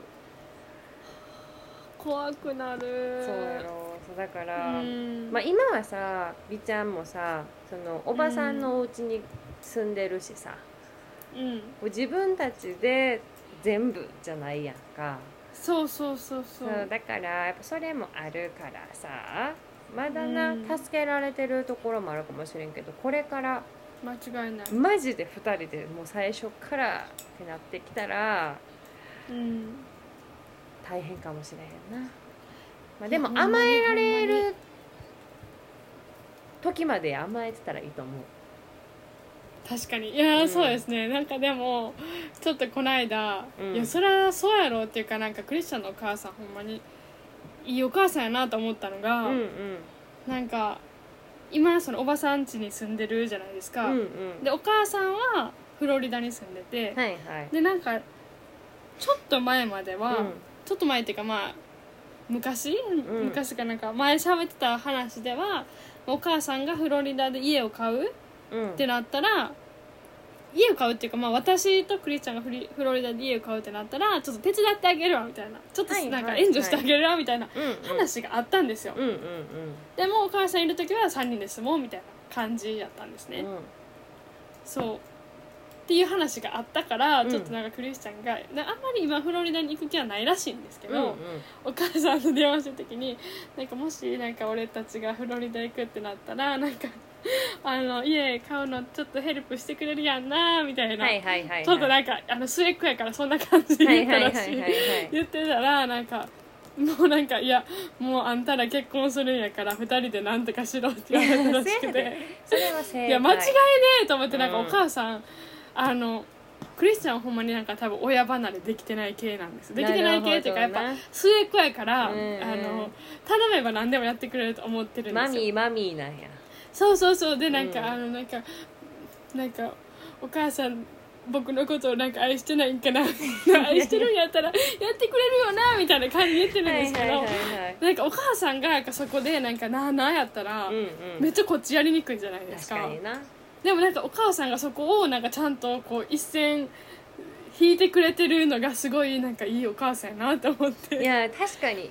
Speaker 1: 怖くなる
Speaker 2: そうやろそうだか
Speaker 1: う
Speaker 2: ら、
Speaker 1: ん
Speaker 2: まあ、今はさ美ちゃんもさそのおばさんのお家に住んでるしさ、
Speaker 1: うん
Speaker 2: こう自分たちで全部じゃないやんか
Speaker 1: そうそうそうそ
Speaker 2: そううだからやっぱそれもあるからさまだな、
Speaker 1: うん
Speaker 2: 助けられてるところもあるかもしれんけどこれから
Speaker 1: 間違いない
Speaker 2: マジで2人でもう最初からってなってきたら
Speaker 1: うん
Speaker 2: 大変かもしれへんな、まあ、でも
Speaker 1: いやほんま
Speaker 2: 甘
Speaker 1: に
Speaker 2: えられ
Speaker 1: ほんま
Speaker 2: る時まで甘えてたらいいと思う
Speaker 1: 確かにいやー、
Speaker 2: うん
Speaker 1: そうですねなんかでもちょっとこないだ、
Speaker 2: うん
Speaker 1: いやそりゃそうやろっていうかなんかクリスチャンのお母さんほんまにいいお母さんやなと思ったのが、
Speaker 2: うん
Speaker 1: なんか今そのおばさん家に住んでるじゃないですか、
Speaker 2: うんうん
Speaker 1: でお母さんはフロリダに住んでて、
Speaker 2: はいはい
Speaker 1: でなんかちょっと前までは、
Speaker 2: うん
Speaker 1: ちょっと前っていうかまあ昔、
Speaker 2: ん
Speaker 1: 昔かなんか前喋ってた話ではお母さんがフロリダで家を買う
Speaker 2: うん
Speaker 1: ってなったら家を買うっていうか、まあ、私とクリスチャンがフリフロリダで家を買うってなったらちょっと手伝ってあげるわみたいなちょっと
Speaker 2: はい
Speaker 1: なんか
Speaker 2: はい
Speaker 1: 援助してあげるわみたいな
Speaker 2: うんうん
Speaker 1: 話があったんですよ、
Speaker 2: うんうん
Speaker 1: でもお母さんいる時は3人で住もうみたいな感じやったんですね、
Speaker 2: うんうん
Speaker 1: そうっていう話があったから
Speaker 2: うん
Speaker 1: ちょっとなんかクリスチャンが、なあんまり今フロリダに行く気はないらしいんですけど、
Speaker 2: うんうん
Speaker 1: お母さんと電話した時になんかもしなんか俺たちがフロリダ行くってなったらなんかあの家買うのちょっとヘルプしてくれるやんなみたいな、
Speaker 2: はいはいはいはい
Speaker 1: ちょっとなんかあの末っ子やからそんな感じで言ったらし
Speaker 2: はい
Speaker 1: い
Speaker 2: はいはいはいはい
Speaker 1: 言ってたらなんかもうなんかいやもうあんたら結婚するんやから2人でなんとかしろって言われたらしく
Speaker 2: いや
Speaker 1: て。
Speaker 2: それは正解
Speaker 1: いや間違いねえと思ってなんか
Speaker 2: う
Speaker 1: お
Speaker 2: ん
Speaker 1: 母さん、あのクリスチャンはほんまになんか多分親離れできてない系なんですできてない系っていう
Speaker 2: な
Speaker 1: かや
Speaker 2: る
Speaker 1: っ
Speaker 2: ほどな
Speaker 1: ぱ末っ子やから、
Speaker 2: うんうん
Speaker 1: あの頼めば何でもやってくれると思ってるんで
Speaker 2: マ
Speaker 1: すよ
Speaker 2: ミーマミーなんや
Speaker 1: そうそうそうでなんか、
Speaker 2: うん
Speaker 1: あのなんかなんかお母さん僕のことをなんか愛してないんか <laughs> な愛してるんやったらやってくれるよなみたいな感じで言ってるんですけど、
Speaker 2: はい
Speaker 1: なんかお母さんがなんかそこでなんかなあなあやったら、
Speaker 2: うんう
Speaker 1: めっ
Speaker 2: ん
Speaker 1: ちゃこっちやりにくいじゃないです
Speaker 2: 確かにな
Speaker 1: でもなんかお母さんがそこをなんかちゃんとこう一線引いてくれてるのがすごいなんかいいお母さんやなと思っ
Speaker 2: い
Speaker 1: て
Speaker 2: や確かに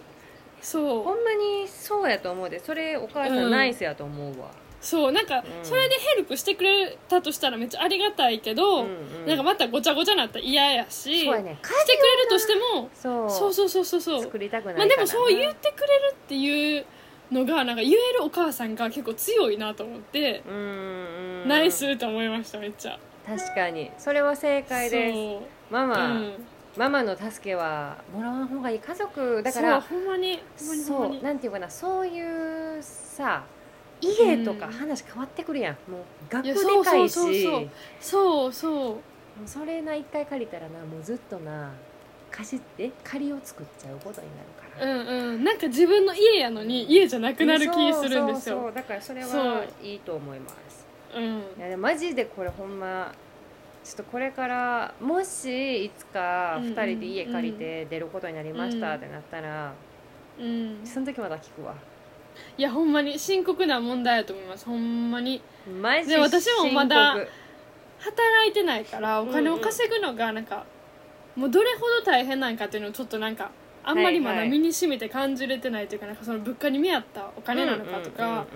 Speaker 1: そ
Speaker 2: ほ
Speaker 1: うん
Speaker 2: まにそうやと思うでそれお母さ
Speaker 1: うんん
Speaker 2: ナイスやと思うわ
Speaker 1: そうなんか
Speaker 2: うん
Speaker 1: それでヘルプしてくれたとしたらめっちゃありがたいけど、
Speaker 2: うんうん
Speaker 1: なんかまたごちゃごちゃになったら嫌やし
Speaker 2: そうやね家
Speaker 1: してくれるとしても
Speaker 2: そう
Speaker 1: そうそうそうそうそう
Speaker 2: 作りたくない
Speaker 1: ま
Speaker 2: か
Speaker 1: あ
Speaker 2: ら
Speaker 1: でもそう言ってくれるっていうのがなんか言えるお母さんが結構強いなと思って、
Speaker 2: うんうん
Speaker 1: ナイスと思いましためっちゃ
Speaker 2: 確かにそれは正解です
Speaker 1: そう
Speaker 2: ママ
Speaker 1: うん
Speaker 2: ママの助けはもらわん方がいい家族だか
Speaker 1: そう
Speaker 2: ら
Speaker 1: ほんまにほんまにほんま
Speaker 2: そう
Speaker 1: に
Speaker 2: なんていうかなそういうさ家とか話変わってくるやん、もう学
Speaker 1: いや
Speaker 2: 校でかいし
Speaker 1: そうそうそうそう
Speaker 2: も
Speaker 1: そう
Speaker 2: うそ
Speaker 1: そう
Speaker 2: れな一回借りたらなもうずっとな貸して借りを作っちゃうことになるから、
Speaker 1: うんうんなんか自分の家やのに家じゃなくなる気するん
Speaker 2: そうそ
Speaker 1: です
Speaker 2: うそ
Speaker 1: よ
Speaker 2: うだからそれ
Speaker 1: そ
Speaker 2: はいいと思います
Speaker 1: うん
Speaker 2: いやでもマジでこれほんまちょっとこれからもしいつか
Speaker 1: うん
Speaker 2: 2人で家借りて出ることになりましたってなったら、
Speaker 1: うん
Speaker 2: その時まだ聞くわ
Speaker 1: いやほんまに深刻な問題やと思いますほんまに
Speaker 2: マジ
Speaker 1: で私もまだ
Speaker 2: 深刻
Speaker 1: 働いてないからお金を稼ぐのがなんか、もうどれほど大変なんかっていうのをちょっとなんかあんまりま
Speaker 2: は
Speaker 1: だ
Speaker 2: いはい
Speaker 1: 身に染みて感じれてないというかなんかその物価に見合ったお金なのかとか、
Speaker 2: うんうんうんうん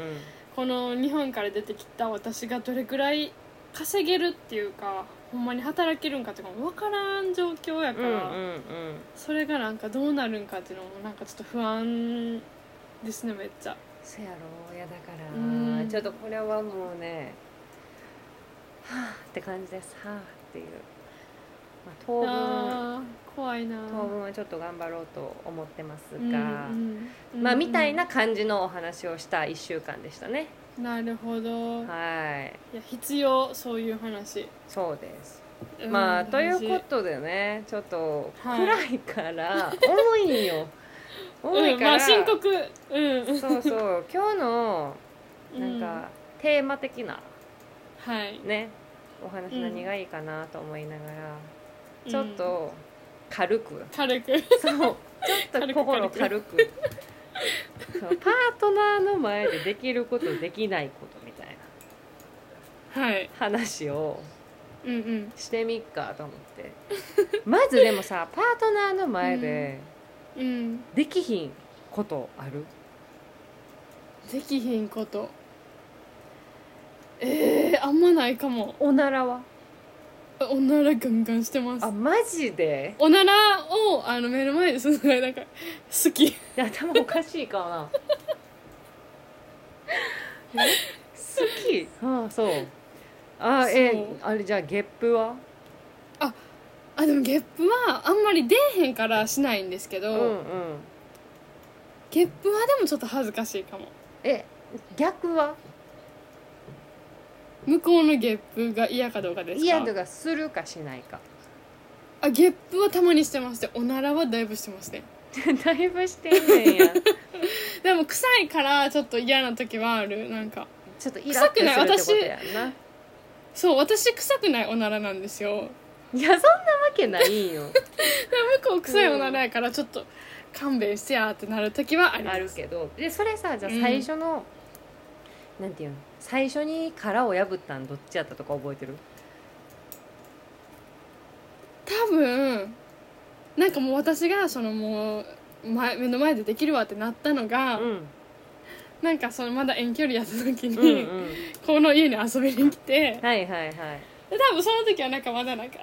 Speaker 1: この日本から出てきた私がどれくらい稼げるっていうかほんまに働けるんかとかも分からん状況やから、
Speaker 2: うんうんうん
Speaker 1: それがなんかどうなるんかっていうのもなんかちょっと不安ですねめっちゃ
Speaker 2: そやろいやだから、
Speaker 1: うん
Speaker 2: ちょっとこれはもうねはあって感じですはあっていう、まあ、当分
Speaker 1: あー怖いな
Speaker 2: 当分はちょっと頑張ろうと思ってますが、
Speaker 1: うんうん
Speaker 2: まあ
Speaker 1: うん
Speaker 2: みたいな感じのお話をした1週間でしたね、
Speaker 1: なるほど、い、
Speaker 2: はい
Speaker 1: や必要そういう話、
Speaker 2: そうです、
Speaker 1: うん
Speaker 2: まあとい
Speaker 1: 大事
Speaker 2: うことでねちょっと
Speaker 1: はい
Speaker 2: 暗いから、重いんよ多い
Speaker 1: うん
Speaker 2: から、
Speaker 1: まあ深刻うん
Speaker 2: そうそう今日のなん
Speaker 1: うん
Speaker 2: か、テーマ的な
Speaker 1: はい
Speaker 2: ねお話
Speaker 1: うん
Speaker 2: 何がいいかなと思いながら、
Speaker 1: うん
Speaker 2: ちょっと軽く、
Speaker 1: 軽く <laughs>
Speaker 2: <laughs> そうちょっと心軽
Speaker 1: 軽
Speaker 2: くそうパートナーの前でできることできないことみたいな
Speaker 1: はい
Speaker 2: 話を
Speaker 1: うんうん
Speaker 2: してみっかと思
Speaker 1: <laughs>
Speaker 2: ってまずでもさパートナーの前で
Speaker 1: うん
Speaker 2: できひんことある、
Speaker 1: できひんことえー、あんまないかも
Speaker 2: おならは
Speaker 1: おならガンガンしてます
Speaker 2: あマジで
Speaker 1: おならをあの目の前でするのがなんか好き
Speaker 2: いや頭おかしいかな <laughs> え好きああそうああえ
Speaker 1: そう
Speaker 2: あれじゃあゲップは
Speaker 1: あでもゲップはあんまり出えへんからしないんですけ
Speaker 2: う
Speaker 1: ど、
Speaker 2: んうん
Speaker 1: ゲップはでもちょっと恥ずかしいかも
Speaker 2: え逆は
Speaker 1: 向こうのゲップが嫌かどうかですか
Speaker 2: 嫌とかするかしないか
Speaker 1: あゲップはたまにしてましておならはだいぶしてますね
Speaker 2: <laughs> だいぶしてんねんや
Speaker 1: でも臭いからちょっと嫌な時はあるなんか
Speaker 2: <laughs> ちょっとイラッとするってことやんな
Speaker 1: そう私臭くないおならなんですよ
Speaker 2: いやそんなわけないよ
Speaker 1: 向こう臭いおならやからちょっと勘弁してやってなる時はあり
Speaker 2: <laughs>
Speaker 1: ま
Speaker 2: あ
Speaker 1: す
Speaker 2: るけどでそれさじゃあ
Speaker 1: うん
Speaker 2: 最初の、なんていうの最初に殻を破ったんどっちやったとか覚えてる
Speaker 1: 多分なんかもう私がそのもう前目の前でできるわってなったのが、
Speaker 2: <laughs> うん
Speaker 1: なんかそのまだ遠距離やった時に、
Speaker 2: うんうん
Speaker 1: この家に遊びに来て
Speaker 2: はいはいはい
Speaker 1: で多分その時はなんかまだなんか <laughs>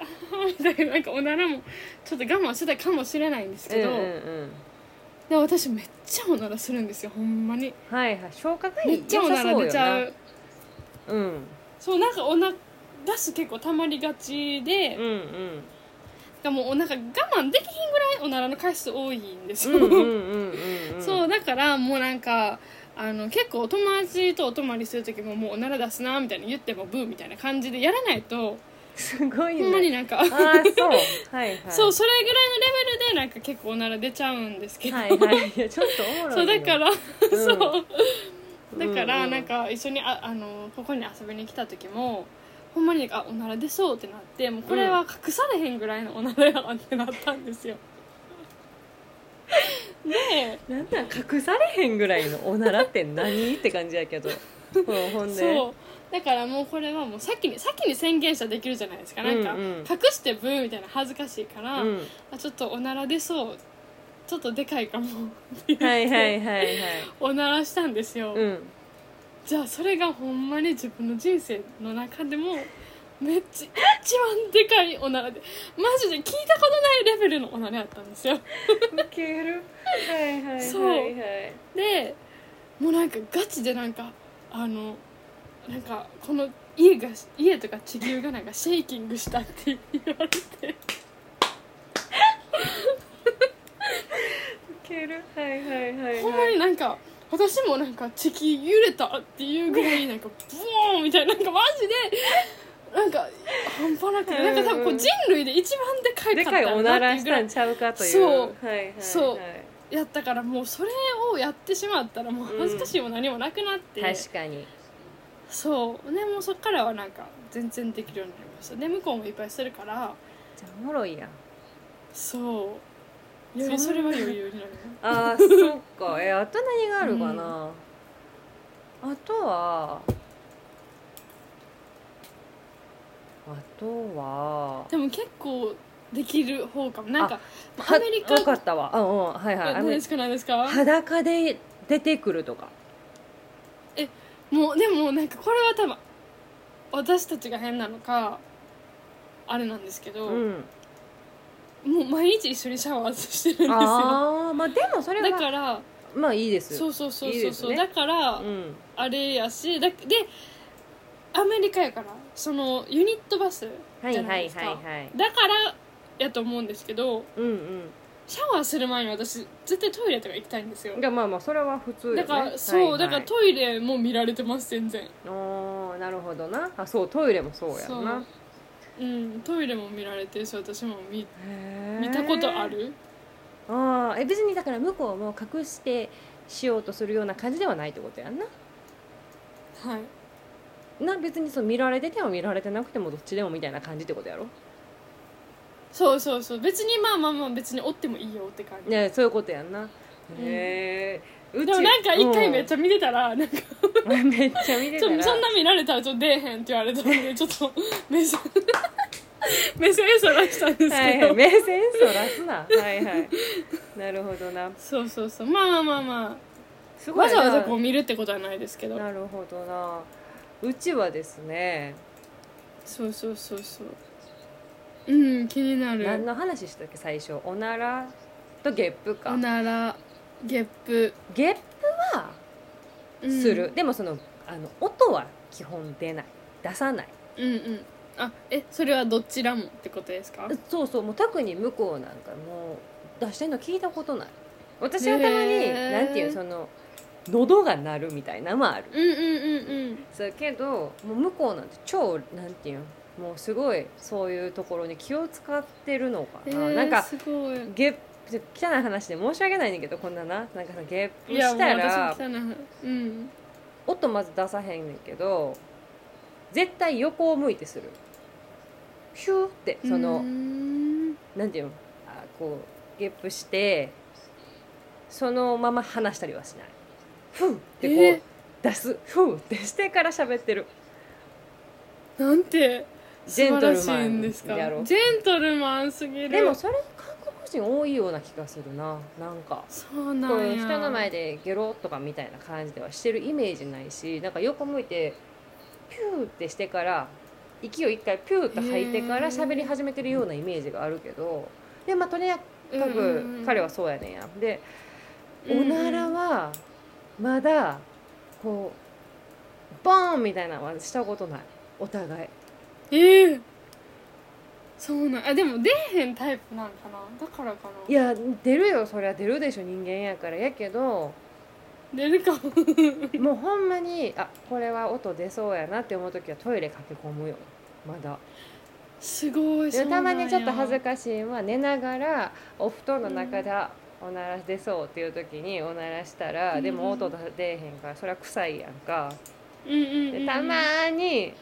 Speaker 1: みたいななんかおならもちょっと我慢してたかもしれないんですけど、
Speaker 2: うんうんうん
Speaker 1: でも私めっちゃおならするんですよほんまに
Speaker 2: はいはい消化がいい
Speaker 1: めっちゃおなら出ちゃう
Speaker 2: うよな
Speaker 1: そうなんかおな出す結構たまりがちで、
Speaker 2: うんうんうん
Speaker 1: がもうなんか我慢できひんぐらいおならの回数多いんですよ、
Speaker 2: うんうんうんうん
Speaker 1: <laughs> そう
Speaker 2: う
Speaker 1: だからもうなんかあの結構お友達とお泊まりする時ももうおなら出すなみたいな言ってもブーみたいな感じでやらないと
Speaker 2: すごい
Speaker 1: ほんまに
Speaker 2: ね
Speaker 1: なんか、
Speaker 2: ああそうはいはい
Speaker 1: そうそれぐらいのレベルでなんか結構おなら出ちゃうんですけど、
Speaker 2: はいはいいやちょっとおもろ
Speaker 1: <laughs> そ
Speaker 2: いう
Speaker 1: だから、 <laughs> そう
Speaker 2: うん
Speaker 1: だから
Speaker 2: うん
Speaker 1: なんか一緒にああのここに遊びに来た時もほんまになんかあおなら出そうってなってもうこれは隠されへんぐらいのおならやわってなったんですよ <laughs> で
Speaker 2: なんなん隠されへんぐらいのおならって何って感じやけどうんほんで
Speaker 1: そうだからもうこれはもう先に先に宣言したらできるじゃないですかなんか、
Speaker 2: うんうん
Speaker 1: 隠してブーみたいな恥ずかしいから、
Speaker 2: うん
Speaker 1: あちょっとおなら出そうちょっとでかいかも <laughs>
Speaker 2: はいはいはいはい
Speaker 1: おならしたんですよ、
Speaker 2: うん
Speaker 1: じゃあそれがほんまに自分の人生の中でもめっちゃ一番でかいおならでマジで聞いたことないレベルのおならやったんですよ
Speaker 2: ウケるはいはいはいはい
Speaker 1: そうでもうなんかガチでなんかあのなんかこの家が家とか地球がなんかシェイキングしたって言われて
Speaker 2: ウケるはいはいはいはい
Speaker 1: ほんまになんか私もなんか地球揺れたっていうぐらいなんかブーンみたいななんかマジでなんか半端なくてなんか多分こう人類で一番でかい
Speaker 2: で
Speaker 1: か
Speaker 2: か
Speaker 1: っ
Speaker 2: い
Speaker 1: た
Speaker 2: お
Speaker 1: ん
Speaker 2: な
Speaker 1: だっ
Speaker 2: ら
Speaker 1: ていう
Speaker 2: し
Speaker 1: ぐら
Speaker 2: た
Speaker 1: い
Speaker 2: んちゃうかという
Speaker 1: そう
Speaker 2: はいはいはい
Speaker 1: そうやったからもうそれをやってしまったらもう恥ずかしいも何もなくなって、
Speaker 2: 確かに
Speaker 1: そうでもうそっからはなんか全然できるようになりましたで向こうもいっぱいしてるから
Speaker 2: じゃあおもろいやん
Speaker 1: そ
Speaker 2: そ
Speaker 1: う
Speaker 2: ん
Speaker 1: そ
Speaker 2: な
Speaker 1: それは余裕になる
Speaker 2: あーそっ
Speaker 1: <laughs>
Speaker 2: かえあと何があるかな、あとはあとは
Speaker 1: でも結構できる方かもなんか
Speaker 2: は
Speaker 1: アメリカ
Speaker 2: わかったわうんうんはいはい
Speaker 1: え
Speaker 2: ア
Speaker 1: 何
Speaker 2: メ
Speaker 1: で
Speaker 2: リ
Speaker 1: すか何ですか
Speaker 2: 裸で出てくるとか
Speaker 1: もうでもなんかこれは多分私たちが変なのかあれなんですけど、
Speaker 2: うん
Speaker 1: もう毎日一緒にシャワーしてるんですよ
Speaker 2: ああまあでもそれ
Speaker 1: だ
Speaker 2: は
Speaker 1: から
Speaker 2: まあいいです
Speaker 1: そうそうそう
Speaker 2: いい
Speaker 1: そ
Speaker 2: で
Speaker 1: う
Speaker 2: す
Speaker 1: そう
Speaker 2: ね
Speaker 1: だから、
Speaker 2: うん
Speaker 1: あれやしだでアメリカやからそのユニットバス
Speaker 2: は
Speaker 1: じゃ
Speaker 2: い
Speaker 1: な
Speaker 2: はいい
Speaker 1: ですか、
Speaker 2: はいはい
Speaker 1: だからやと思うんですけど
Speaker 2: うん
Speaker 1: シャワーする前に私絶対トイレとか行きたいんですよ
Speaker 2: うんいやまあまあそれは普通よね
Speaker 1: だから、そう、
Speaker 2: はいはい
Speaker 1: だからトイレも見られてます全然
Speaker 2: おーなるほどなあそうトイレもそうやんな
Speaker 1: うんトイレも見られてるし私も見
Speaker 2: へー
Speaker 1: 見たことある
Speaker 2: ああえ別にだから向こうも隠してしようとするような感じではないってことやんな
Speaker 1: はい
Speaker 2: な別にそう見られてても見られてなくてもどっちでもみたいな感じってことやろ
Speaker 1: そうそうそう別にまあまあまあ別に追ってもいいよって感じ、
Speaker 2: ねそういうことやんなへえう
Speaker 1: でもなんか一回めっち
Speaker 2: ゃ、
Speaker 1: ゃ見てたら、なんかち
Speaker 2: うん <laughs> めっちゃ見て
Speaker 1: ょ
Speaker 2: たら
Speaker 1: そんな見られたらちょっと出えへんって言われたんでちょっ
Speaker 2: <laughs>
Speaker 1: と目線 <laughs> 目線そらしたんですけど、
Speaker 2: はいはい、目線そらす
Speaker 1: <laughs>
Speaker 2: なはいはいなるほどな
Speaker 1: そうそうそうまあまあまあまあ
Speaker 2: すご
Speaker 1: わ
Speaker 2: い
Speaker 1: ざ
Speaker 2: な
Speaker 1: わざこう見るってことはないですけど
Speaker 2: なるほどなうちはですね
Speaker 1: そうそうそうそううん気にな
Speaker 2: 何
Speaker 1: る
Speaker 2: の話したっけ最初おならとゲップか
Speaker 1: おならゲップ、
Speaker 2: ゲップは
Speaker 1: うん
Speaker 2: する、でもそのあの音は基本出ない出さない
Speaker 1: うんうんあえそれはどちらもってことですか
Speaker 2: そうそうもう特に向こうなんかもう出してんの聞いたことない私はたまに
Speaker 1: へー
Speaker 2: なんていうその喉が鳴るみたいなのもある
Speaker 1: うんうんうんうん
Speaker 2: そうけどもう向こうなんて超なんていうんもうすごいそういうところに気を使ってるのかな、
Speaker 1: えー
Speaker 2: なんか
Speaker 1: すごい
Speaker 2: ゲップ汚い話で申し訳ないねんだけどこんなななんかさゲップ
Speaker 1: いやも
Speaker 2: し
Speaker 1: う
Speaker 2: た
Speaker 1: 私
Speaker 2: ら
Speaker 1: も汚いうん
Speaker 2: 音まず出さへんねんけど絶対横を向いてするヒューってそう
Speaker 1: ー
Speaker 2: の
Speaker 1: ん
Speaker 2: なんていうのあこうゲップしてそのまま話したりはしないフーってこう、
Speaker 1: えー
Speaker 2: 出すフーってしてから喋ってる
Speaker 1: なんて
Speaker 2: ジ
Speaker 1: 素
Speaker 2: ェン
Speaker 1: 晴
Speaker 2: ト
Speaker 1: ら
Speaker 2: ル
Speaker 1: し
Speaker 2: マ
Speaker 1: いん
Speaker 2: ン
Speaker 1: ですかジ
Speaker 2: やろ
Speaker 1: ェントルマンすぎる
Speaker 2: でもそれ韓国人多いような気がするななんか
Speaker 1: そうな
Speaker 2: こうん
Speaker 1: や
Speaker 2: 人の前でゲロとかみたいな感じではしてるイメージないしなんか横向いてピューってしてから息を一回ピューって吐いてから
Speaker 1: へー
Speaker 2: 喋り始めてるようなイメージがあるけどでまあとにか
Speaker 1: うんうんうん
Speaker 2: く彼はそうやねんやで
Speaker 1: うん
Speaker 2: お
Speaker 1: うん
Speaker 2: ならはまだこうボーンみたいなのはしたことないお互い
Speaker 1: ええそうなんあでも出えへんタイプなんかなだからかない
Speaker 2: や出るよそりゃ出るでしょ人間やからやけど
Speaker 1: 出るかも
Speaker 2: もうほんまにあこれは音出そうやなって思う時はトイレ駆け込むよまだ
Speaker 1: すごい
Speaker 2: で
Speaker 1: そう
Speaker 2: た
Speaker 1: なん
Speaker 2: ま
Speaker 1: や
Speaker 2: にちょっと恥ずかしいのは寝ながらお布団の中で、あおなら出そうっていう時におならしたら、でも音出えへんからそれは臭いやんか
Speaker 1: うんうんうんう
Speaker 2: で
Speaker 1: ん
Speaker 2: たまに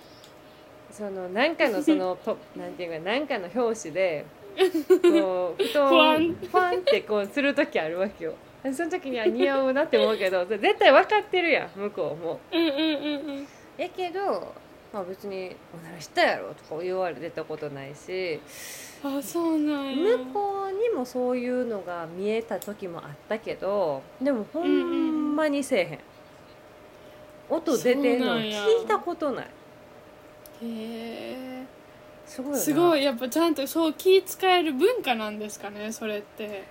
Speaker 2: その何かのそ
Speaker 1: <laughs>
Speaker 2: のとなんていうか何かの表紙でこう布団
Speaker 1: ふわん
Speaker 2: ふわんってこうする時あるわけよその時には似合うなって思うけどそれ絶対分かってるやん向こうも。
Speaker 1: うんうんうんうん
Speaker 2: やけど、まあ、別に「おならしたやろ」とか言われたことないし
Speaker 1: あそうなんや
Speaker 2: 向こうにもそういうのが見えた時もあったけどでもほんまにせえへん、音出てん
Speaker 1: そう
Speaker 2: の
Speaker 1: なんや
Speaker 2: 聞いたことない
Speaker 1: へ
Speaker 2: すごいよ
Speaker 1: え
Speaker 2: な
Speaker 1: すごいやっぱちゃんとそう気使える文化なんですかねそれって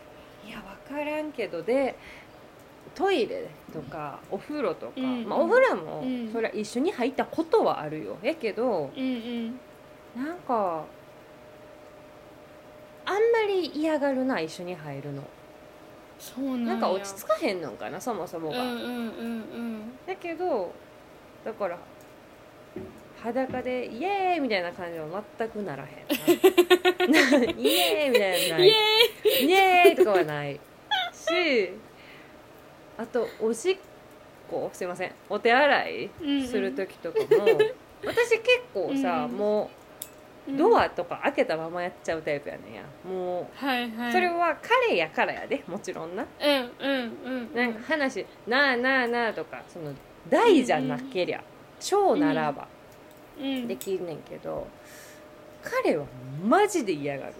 Speaker 2: いや分からんけどでトイレとかお風呂とか、
Speaker 1: うん
Speaker 2: まあ、お風呂も
Speaker 1: うん
Speaker 2: それは一緒に入ったことはあるよやけど、
Speaker 1: うんうん
Speaker 2: なんかあんまり嫌がるな一緒に入るの
Speaker 1: そうなんや
Speaker 2: なんか落ち着かへんのかなそもそも
Speaker 1: うん
Speaker 2: が、
Speaker 1: うんうんうん
Speaker 2: だけどだから裸でイエーイみたいな感じは全くならへ
Speaker 1: <laughs>
Speaker 2: んなイエーイみたいなのない
Speaker 1: イエ
Speaker 2: イエーイとかはないしあとおしっこすいませんお手洗い
Speaker 1: うんうん
Speaker 2: する時とかも、私結構さ、
Speaker 1: うん
Speaker 2: も
Speaker 1: ーイ
Speaker 2: うドアとか開けたままやっちゃうタイプやねんやも
Speaker 1: はいは
Speaker 2: う
Speaker 1: い
Speaker 2: それは彼やからやでもちろんな
Speaker 1: うんうんうん
Speaker 2: なんか話「なあなあなあ」とかその大じゃなけりゃ小ならば
Speaker 1: うん
Speaker 2: できんねんけど、彼はマジで嫌がる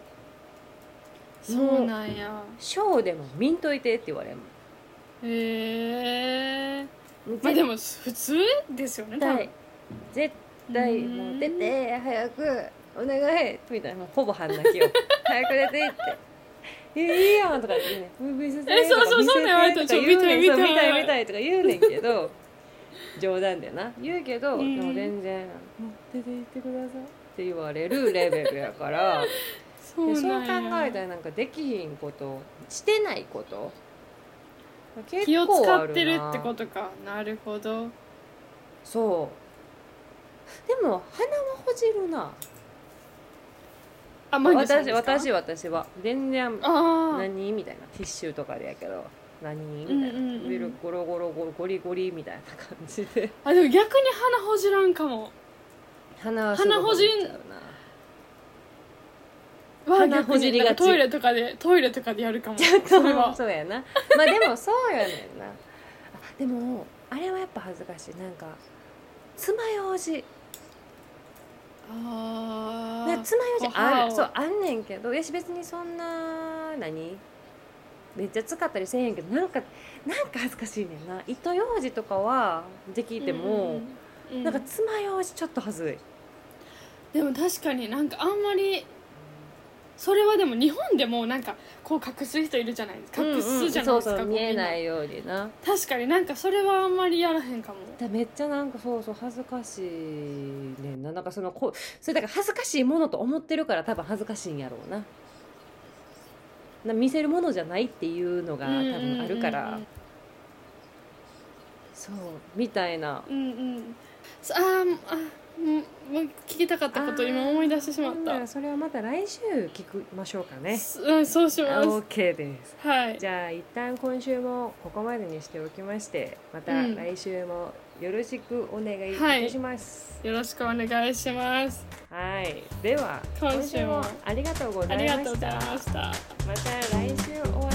Speaker 1: そうなんや
Speaker 2: 小でも見んといてって言われるも
Speaker 1: へえ
Speaker 2: ん
Speaker 1: まあで
Speaker 2: も
Speaker 1: も普通ですよね
Speaker 2: 絶対絶対もう出て早くお願いみたいなもうほぼ半泣き
Speaker 1: <laughs>
Speaker 2: よ早く出ていって。えいいやんとか言ってね「見せて」
Speaker 1: え
Speaker 2: と
Speaker 1: そう
Speaker 2: か
Speaker 1: そう
Speaker 2: 見せ
Speaker 1: そうなんや割と
Speaker 2: てとか言うねん
Speaker 1: ち
Speaker 2: そう
Speaker 1: ょ見
Speaker 2: 見
Speaker 1: た
Speaker 2: たい
Speaker 1: い見たい
Speaker 2: 見たいとか言うねんけど冗談でな言うけど、
Speaker 1: うん
Speaker 2: でも全然「もう出て行ってください」って言われるレベルやから
Speaker 1: そ
Speaker 2: で
Speaker 1: う
Speaker 2: そう考
Speaker 1: なんや
Speaker 2: えたらなんかできひんことしてないこと結
Speaker 1: 気を
Speaker 2: 構
Speaker 1: 使
Speaker 2: あ
Speaker 1: ってるって
Speaker 2: な
Speaker 1: ことかなるほど
Speaker 2: そうでも鼻はほじるな
Speaker 1: あマイナスなん
Speaker 2: 私
Speaker 1: ですか
Speaker 2: 私私は全然
Speaker 1: ああ
Speaker 2: 何みたいなティッシュとかでやけど何みたい
Speaker 1: うんうんうん
Speaker 2: なゴロゴロゴロゴリゴリみたいな感じ
Speaker 1: <laughs>
Speaker 2: で
Speaker 1: あでも逆に鼻ほじらんかも
Speaker 2: 鼻は
Speaker 1: 鼻ほじん
Speaker 2: すごくなっちゃうな
Speaker 1: は
Speaker 2: 鼻
Speaker 1: 逆
Speaker 2: ほじ
Speaker 1: に
Speaker 2: り
Speaker 1: な
Speaker 2: が
Speaker 1: んか
Speaker 2: ち
Speaker 1: トイレとかでトイレとかでやるかも
Speaker 2: ちょっ
Speaker 1: <laughs> それは
Speaker 2: とそうやなまあでもそうやねんなあでもあれはやっぱ恥ずかしいなんか爪楊枝
Speaker 1: あ
Speaker 2: ね
Speaker 1: ー
Speaker 2: 爪楊枝あ
Speaker 1: お歯を
Speaker 2: るそうあんねんけどいやし別にそんな何めっちゃ使ったりせえへんけどなんかなんか恥ずかしいねんな糸楊枝とかはできても、
Speaker 1: うんうんうん
Speaker 2: なんか爪楊枝ちょっと恥ずい
Speaker 1: でも確かになんかあんまりそれはでも日本でもなんかこう隠す人いるじゃないですか隠すじゃな
Speaker 2: う
Speaker 1: いですか、
Speaker 2: んうんそうそう
Speaker 1: こうみ
Speaker 2: 見
Speaker 1: ん
Speaker 2: えないようにな
Speaker 1: 確かになんかそれはあんまりやらへんかも
Speaker 2: だめっちゃなんかそうそう恥ずかしいねんななんかそのこうそれだから恥ずかしいものと思ってるから多分恥ずかしいんやろうなな見せるものじゃないっていうのが多分あるから、そうみたいな
Speaker 1: うんうんうんうんそあーもうあもうもう聞きたかったことを今思い出してしまっ
Speaker 2: なんなら
Speaker 1: た
Speaker 2: それはまた来週聞きましょうかね
Speaker 1: すうんそうし
Speaker 2: あ
Speaker 1: ます
Speaker 2: OK です
Speaker 1: はい
Speaker 2: じゃあ一旦今週もここまでにしておきましてまた
Speaker 1: うん
Speaker 2: 来週もよろしくお願いいたします、
Speaker 1: よろしくお願いします
Speaker 2: はい、では
Speaker 1: 今週も
Speaker 2: ありがとうござ
Speaker 1: あ
Speaker 2: い
Speaker 1: り
Speaker 2: ま
Speaker 1: がとうご
Speaker 2: した。
Speaker 1: ざいました
Speaker 2: また来週お会い